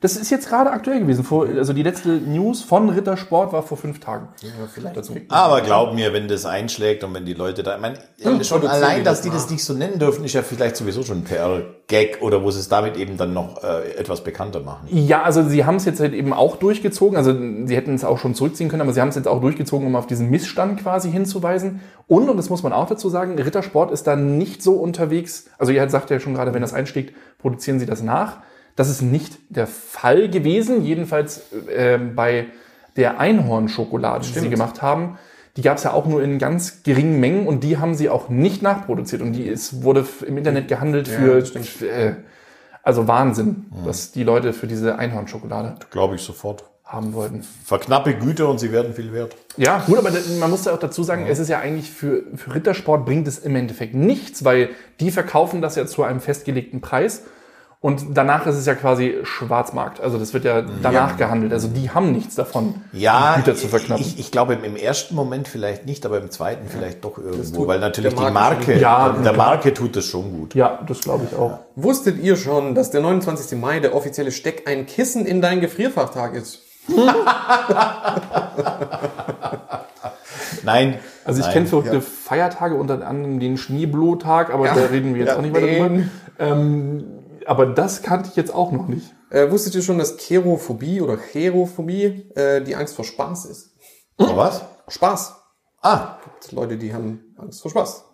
Das ist jetzt gerade aktuell gewesen. Vor, also die letzte News von Rittersport war vor fünf Tagen. Ja, vielleicht dazu.
Aber glaub mir, wenn das einschlägt und wenn die Leute da, ich meine, äh, schon
produzieren die
allein, dass
das
die das nicht so nennen dürfen, ist ja vielleicht sowieso schon ein PR-Gag oder wo sie es damit eben dann noch äh, etwas bekannter machen.
Ja, also sie haben es jetzt halt eben auch durchgezogen. Also sie hätten es auch schon zurückziehen können, aber sie haben es jetzt auch durchgezogen, um auf diesen Missstand quasi hinzuweisen. Und, und das muss man auch dazu sagen, Rittersport ist da nicht so unterwegs. Also ihr sagt ja schon gerade, wenn das einschlägt, produzieren sie das nach. Das ist nicht der Fall gewesen, jedenfalls äh, bei der Einhorn-Schokolade, die sie gemacht haben. Die gab es ja auch nur in ganz geringen Mengen und die haben sie auch nicht nachproduziert. Und die ist, wurde f- im Internet gehandelt für
das stimmt.
äh, also Wahnsinn, was die Leute für diese Einhornschokolade
Glaube ich sofort.
haben wollten.
Verknappe Güter und sie werden viel wert.
Ja, gut, aber man muss ja auch dazu sagen, es ist ja eigentlich für, für Rittersport bringt es im Endeffekt nichts, weil die verkaufen das ja zu einem festgelegten Preis und danach ist es ja quasi Schwarzmarkt. Also das wird ja danach gehandelt. Also die haben nichts davon,
Ja,
die um Güter zu verknappen.
Ich, ich glaube im, im ersten Moment vielleicht nicht, aber im zweiten vielleicht doch irgendwo,
tut
weil natürlich
der
die
Marke
Marke,
schon. Ja,
der Marke tut das schon gut.
ja, das glaube ich auch.
Wusstet ihr schon, dass der 29. Mai der offizielle Steck ein Kissen in dein Gefrierfachtag ist?
Nein.
Also ich
nein.
kenne verrückte Feiertage, unter anderem den Schneeblotag, aber da reden wir jetzt
ja,
auch nicht weiter drüber.
den.
Ähm, aber das kannte ich jetzt auch noch nicht.
Äh, wusstet ihr schon, dass Cherophobie oder Cherophobie äh, die Angst vor Spaß ist?
Oh, was?
Spaß.
Ah,
Gibt Leute, die haben Angst vor Spaß.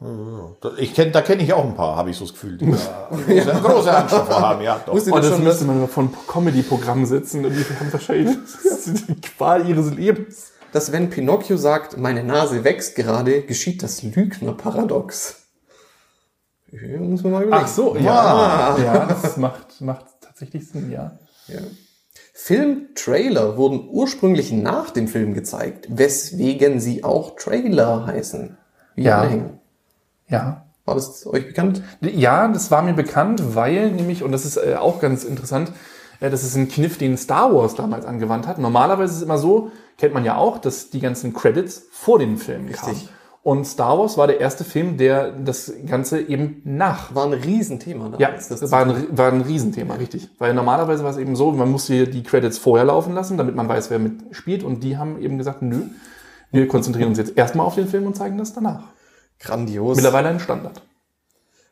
da- ich kenn, da kenne ich auch ein paar, habe ich so das Gefühl. Die da große, große Angst davor haben, ja. Doch.
Wusstet
Oh,
ihr
das
schon, dass
müsste man von Comedy-Programmen sitzen und die haben wahrscheinlich das ist die Qual ihres Lebens.
dass wenn Pinocchio sagt, meine Nase wächst gerade, geschieht das Lügnerparadox. Ja, Muss man mal überlegen.
Ach so, ja. Ja, das macht, macht tatsächlich Sinn, ja.
Ja. Filmtrailer wurden ursprünglich nach dem Film gezeigt, weswegen sie auch Trailer heißen. Wie
Ja.
anhängen.
Ja.
War das euch bekannt?
Ja, das war mir bekannt, weil nämlich, und das ist äh, auch ganz interessant, äh, das ist ein Kniff, den Star Wars damals angewandt hat. Normalerweise ist es immer so, kennt man ja auch, dass die ganzen Credits vor den Filmen kamen. Und Star Wars war der erste Film, der das Ganze eben nach
War ein Riesenthema ne?
Ja,
damals. das
das war ein, war ein Riesenthema, richtig. Weil normalerweise war es eben so, man musste die Credits vorher laufen lassen, damit man weiß, wer mitspielt. Und die haben eben gesagt, nö, wir konzentrieren uns jetzt erstmal auf den Film und zeigen das danach.
grandios.
Mittlerweile ein Standard.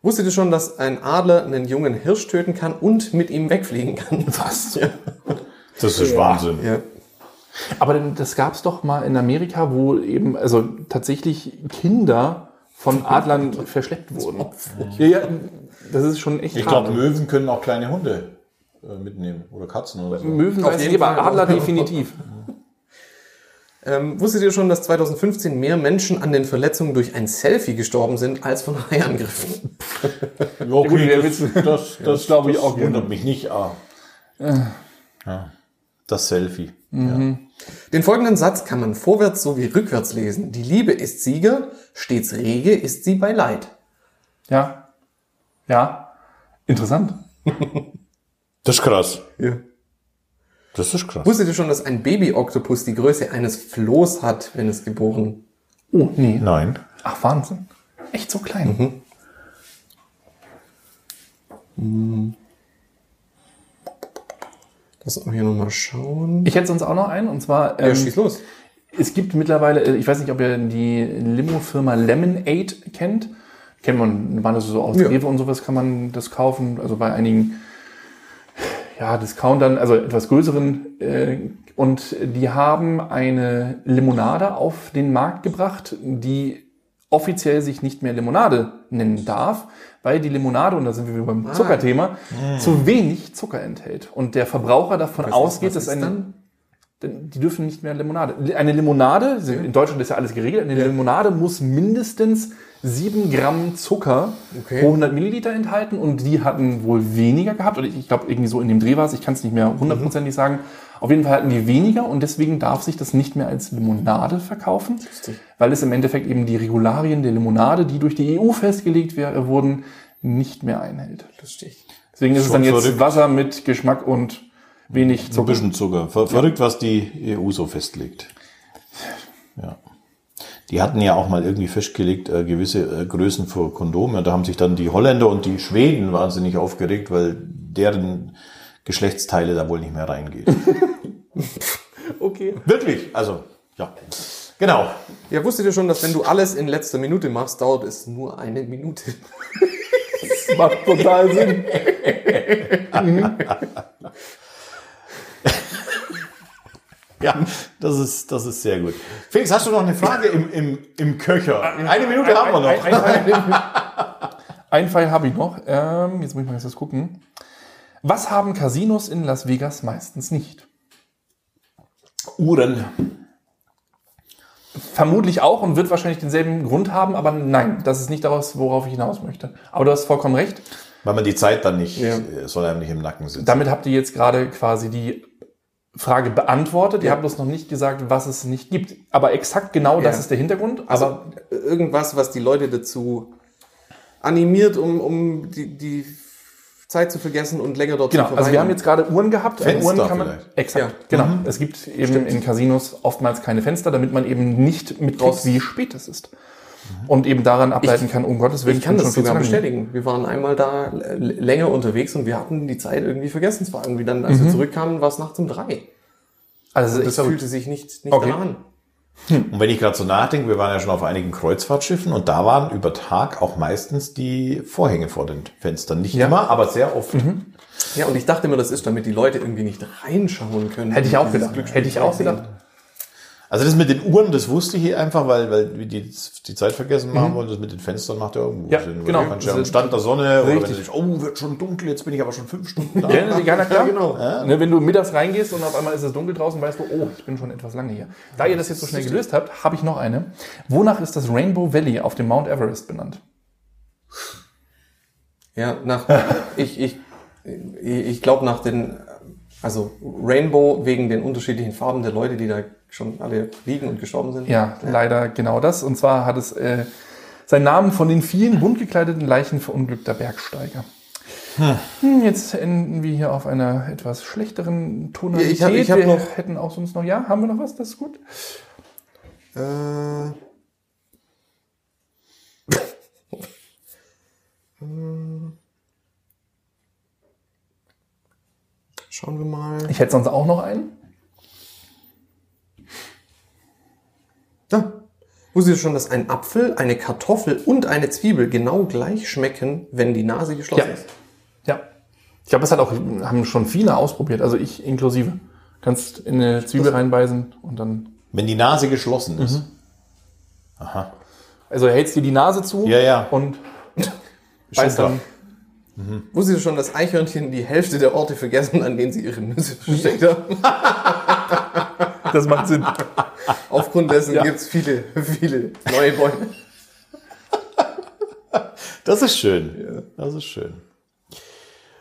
Wusstet ihr schon, dass ein Adler einen jungen Hirsch töten kann und mit ihm wegfliegen kann? Was? Ja.
Das ist Wahnsinn.
ja.
Aber denn das gab es doch mal in Amerika, wo eben, also tatsächlich Kinder von Adlern verschleppt wurden. Ja, ja, das ist schon echt
Ich glaube, Möwen können auch kleine Hunde äh, mitnehmen oder Katzen oder so.
Möwen
Auf
weiß ich,
jeden
aber
Fall.
Adler definitiv.
Ähm, wusstet ihr schon, dass 2015 mehr Menschen an den Verletzungen durch ein Selfie gestorben sind als von Haiangriffen?
Ja, okay,
gut, der
das,
Witz-
das, das,
glaub ich auch, ja.
wundert mich nicht. Ah. Ja. Das Selfie.
Mhm.
Den folgenden Satz kann man vorwärts sowie rückwärts lesen. Die Liebe ist Sieger, stets rege ist sie bei Leid.
Ja. Ja. Interessant.
Das ist krass.
Ja.
Das ist krass.
Wusstet ihr schon, dass ein Baby-Oktopus die Größe eines Flohs hat, wenn es geboren
Oh, nee.
Nein.
Ach, Wahnsinn. Echt so klein.
Mhm. Lass uns hier nochmal schauen.
Ich hätte sonst auch noch einen, und zwar,
Ja,
ähm,
schieß los.
es gibt mittlerweile, äh, ich weiß nicht, ob ihr die Limo-Firma Lemonade kennt. Kennt man, man das so aus
Ja.
Rewe und sowas kann man das kaufen, also bei einigen, ja, Discountern, also etwas größeren, äh, und die haben eine Limonade auf den Markt gebracht, die offiziell sich nicht mehr Limonade nennen darf, weil die Limonade, und da sind wir
Ah.
beim Zuckerthema,
Hm.
zu wenig Zucker enthält. Und der Verbraucher davon ausgeht, dass eine, denn die dürfen nicht mehr Limonade. Li- Eine Limonade, in Deutschland ist ja alles geregelt, eine Limonade muss mindestens 7 Gramm Zucker
Okay.
pro 100 Milliliter enthalten und die hatten wohl weniger gehabt. Oder ich, ich glaube, irgendwie so in dem Dreh war es, ich kann es nicht mehr hundertprozentig sagen. Auf jeden Fall hatten die weniger und deswegen darf sich das nicht mehr als Limonade verkaufen, weil es im Endeffekt eben die Regularien der Limonade, die durch die EU festgelegt wer- wurden, nicht mehr einhält.
Verstehe ich.
Deswegen ist es
Schon
dann jetzt
verrückt.
Wasser mit Geschmack und wenig
So ein
Zucker.
bisschen Zucker. Ver Verrückt, was die EU so festlegt. Ja. Die hatten ja auch mal irgendwie festgelegt, äh, gewisse äh, Größen für Kondome. Da haben sich dann die Holländer und die Schweden wahnsinnig aufgeregt, weil deren Geschlechtsteile da wohl nicht mehr reingeht.
Okay.
Wirklich, also, ja. Genau.
Ja, wusstet ihr schon, dass wenn du alles in letzter Minute machst, dauert es nur eine Minute.
Macht total Sinn.
Ja, das ist, das ist sehr gut. Felix, hast du noch eine Frage im, im, im Köcher? Eine Minute haben wir
Ein,
noch.
ein, ein, ein Fall habe ich noch. Ähm, jetzt muss ich mal ganz kurz gucken. Was haben Casinos in Las Vegas meistens nicht?
Uhren.
Vermutlich auch und wird wahrscheinlich denselben Grund haben, aber nein, das ist nicht daraus, worauf ich hinaus möchte. Aber du hast vollkommen recht.
Weil man die Zeit dann nicht,
Ja.
äh, soll einem nicht im Nacken sitzen.
Damit habt ihr jetzt gerade quasi die Frage beantwortet. Ihr habt bloß noch nicht gesagt, was es nicht gibt. Aber exakt genau das
Ja.
ist der Hintergrund. Aber
Also irgendwas, was die Leute dazu animiert, um, um die, die Zeit zu vergessen und länger dort zu
Genau, also wir
verweilen.
haben jetzt gerade Uhren gehabt.
Fenster
Uhren kann man,
vielleicht.
Exakt,
Ja. Mhm.
genau. Es gibt eben in Casinos oftmals keine Fenster, damit man eben nicht mitkriegt,
Draußen.
wie spät es ist. Und eben daran ableiten kann, um Gottes Willen,
ich kann
bin
das
schon
sogar
14 Uhr.
bestätigen. Wir waren einmal da l- länger unterwegs und wir hatten die Zeit irgendwie vergessen. Es war irgendwie dann, als
Mhm.
wir zurückkamen, war es nachts um drei.
Also
Das
ich
fühlte sich nicht, nicht
Okay.
danach an.
Und wenn ich gerade so nachdenke, wir waren ja schon auf einigen Kreuzfahrtschiffen und da waren über Tag auch meistens die Vorhänge vor den Fenstern. Nicht immer, aber sehr oft.
Mhm.
Ja, und ich dachte immer, das ist, damit die Leute irgendwie nicht reinschauen können.
hätte ich auch
Dieses
gedacht.
Glücksspiel
Hätte ich auch
sehen.
gedacht.
Also das mit den Uhren, das wusste ich hier einfach, weil, weil wir die, die Zeit vergessen haben und das mit den Fenstern macht ja irgendwo
Mhm. Ja,
Sinn.
genau.
Man ja
Das
am
ist-
Stand der Sonne oder wenn
Richtig.
du dich, oh, wird schon dunkel, jetzt bin ich aber schon fünf Stunden da.
Ja, ja, na klar.
genau.
Ne, wenn du mittags reingehst und auf einmal ist es dunkel draußen, weißt du, oh, ich bin schon etwas lange hier. Da ihr das jetzt so schnell gelöst habt, habe ich noch eine. Wonach ist das Rainbow Valley auf dem Mount Everest benannt?
Ja, nach, ich, ich, ich glaube nach den, also Rainbow wegen den unterschiedlichen Farben der Leute, die da schon alle liegen und gestorben sind.
Ja, leider genau das. Und zwar hat es äh, seinen Namen von den vielen bunt gekleideten Leichen verunglückter Bergsteiger. Hm, jetzt enden wir hier auf einer etwas schlechteren Tonalität.
Ja, ich hab- ich hab
wir
noch-
hätten auch sonst noch, ja, haben wir noch was? Das ist gut.
Äh, Schauen wir mal.
Ich hätte sonst auch noch einen.
Da. Wusstet ihr schon, dass ein Apfel, eine Kartoffel und eine Zwiebel genau gleich schmecken, wenn die Nase geschlossen
Ja.
ist?
Ja. Ich glaube, es hat auch, haben schon viele ausprobiert, also ich inklusive. Kannst in eine Zwiebel reinbeißen und dann.
Wenn die Nase geschlossen ist.
Mhm. Also hältst dir die Nase zu
Ja, ja.
und beißt
klar.
dann.
Wusstet ihr schon, dass Eichhörnchen die Hälfte der Orte vergessen, an denen sie ihre Nüsse versteckt haben?
Das macht Sinn.
Aufgrund dessen
Ja.
gibt's viele, viele neue Bäume.
Das ist schön. Das ist schön.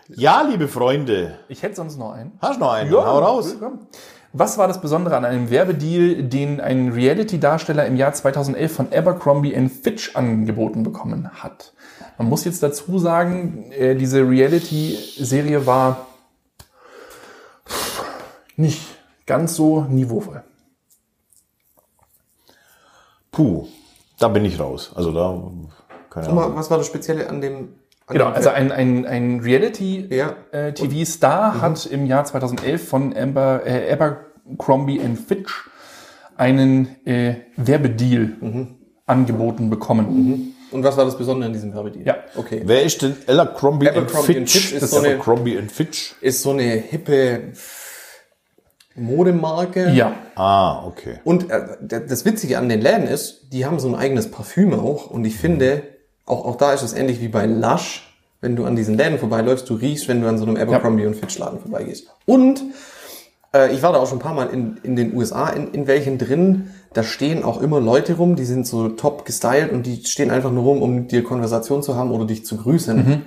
Ja, liebe Freunde.
Ich hätte sonst noch einen.
Hast du noch einen? Hau raus.
willkommen. Was war das Besondere an einem Werbedeal, den ein Reality-Darsteller im Jahr 2011 von Abercrombie Fitch angeboten bekommen hat? Man muss jetzt dazu sagen, äh, diese Reality-Serie war nicht ganz so niveauvoll.
Puh, da bin ich raus. Also da, keine
Mal,
Ahnung.
was war das Spezielle an dem? An
Genau,
dem
also ein, ein, ein Reality
Ja. Mhm.
äh, TV-Star hat im Jahr 2011 von Amber, äh, Abercrombie Fitch einen äh, Werbedeal
Mhm.
angeboten bekommen.
Und was war das Besondere an diesem Werbedeal?
Ja.
Okay.
Wer ist denn Ella Crombie and
Abercrombie and
Fitch?
Fitch ist
Das
so eine-
Abercrombie and Fitch.
Ist so eine hippe Modemarke.
Ja,
Ah, okay.
Und äh, d- das Witzige an den Läden ist, die haben so ein eigenes Parfüm auch. Und ich finde, auch, auch da ist es ähnlich wie bei Lush. Wenn du an diesen Läden vorbeiläufst, du riechst, wenn du an so einem Abercrombie und Fitch Laden vorbeigehst. Und äh, ich war da auch schon ein paar Mal in, in den USA, in, in welchen drin, da stehen auch immer Leute rum, die sind so top gestylt und die stehen einfach nur rum, um mit dir Konversation zu haben oder dich zu grüßen.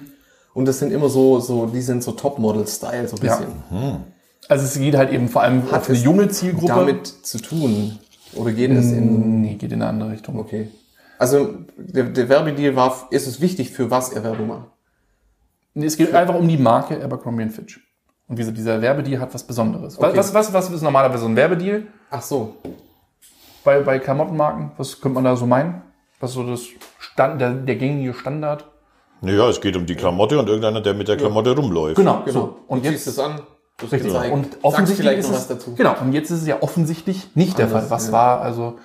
Und das sind immer so, so, die sind so Top-Model-Style, so ein
Ja.
bisschen.
also es geht halt eben vor allem
Hat
auf eine
es
junge Zielgruppe.
Damit zu tun. Oder geht es in
nee, geht in eine andere Richtung.
Okay. Also der, der Werbedeal war, ist es wichtig, für was er Werbung macht.
Nee, Es geht einfach um die Marke Abercrombie Fitch. Und wie gesagt, dieser Werbedeal hat was Besonderes.
Okay.
Was, was, was ist normalerweise so ein Werbedeal
Ach so.
bei, bei Klamottenmarken? Was könnte man da so meinen? Was ist so das Stand, der, der gängige Standard?
Naja, es geht um die Klamotte und irgendeiner, der mit der Klamotte rumläuft.
Genau,
Genau.
so. Und
du
jetzt
ziehst es an. Das
Richtig.
gezeigt.
Und
Sagst
offensichtlich
vielleicht
ist
noch
es,
was dazu.
Genau, und jetzt ist es ja offensichtlich nicht der
Anders,
Fall. Was
ja.
war also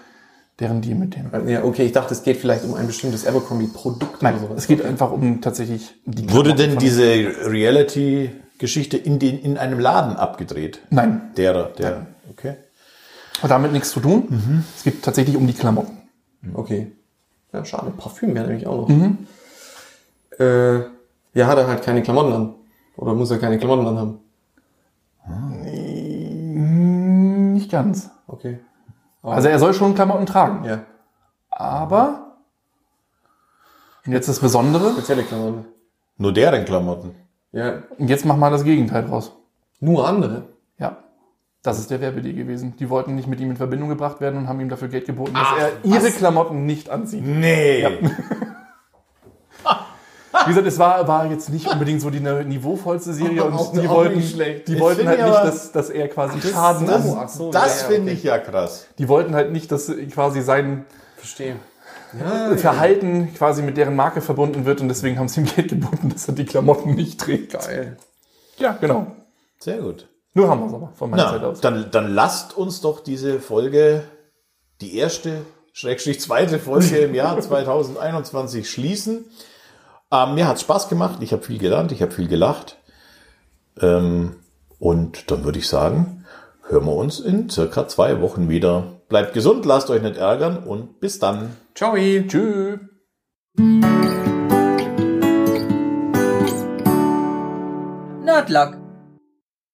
deren Deal mit dem?
Ja, okay, ich dachte, es geht vielleicht um ein bestimmtes Abercrombie-Produkt
Nein,
oder sowas.
es geht einfach um tatsächlich die
Wurde
Klamotten
denn
von-
diese Reality-Geschichte in, den- in einem Laden abgedreht?
Nein,
Derer, der. Okay.
hat damit nichts zu tun.
Mhm.
Es geht tatsächlich um die Klamotten.
Okay. Ja, schade. Parfüm wäre nämlich auch noch. Äh, ja, hat er halt keine Klamotten an. Oder muss er keine Klamotten anhaben.
Nicht ganz.
Okay.
Also er soll schon Klamotten tragen,
Ja.
aber und jetzt das Besondere.
Spezielle Klamotten.
Nur deren Klamotten.
Ja.
Und jetzt mach mal das Gegenteil draus.
Nur andere.
Ja. Das ist der Werbedeal gewesen. Die wollten nicht mit ihm in Verbindung gebracht werden und haben ihm dafür Geld geboten, dass
Ach,
er ihre
was?
Klamotten nicht anzieht.
Nee.
Wie gesagt, es war, war jetzt nicht unbedingt so die ne- niveauvollste Serie und
Auch-
die
auch
wollten,
nicht schlecht.
die
Ich
wollten
finde
halt
ja
nicht,
aber-
dass, dass er quasi Schaden
Das,
an.
ach so,
das
ja, ja,
finde
okay.
ich ja krass.
Die wollten halt nicht, dass quasi sein
Verstehe. Ja,
Verhalten quasi mit deren Marke verbunden wird und deswegen haben sie ihm Geld geboten, dass er die Klamotten nicht trägt.
geil.
Ja, genau.
Sehr gut.
Nur haben wir es aber von meiner Seite
Na,
aus.
dann, dann lasst uns doch diese Folge, die erste, schrägstrich zweite Folge im Jahr 2021 schließen. Ähm, mir hat es Spaß gemacht, ich habe viel gelernt, ich habe viel gelacht. Ähm, und dann würde ich sagen, hören wir uns in circa zwei Wochen wieder. Bleibt gesund, lasst euch nicht ärgern und bis dann.
Ciao. Tschüss.
Nerdlock,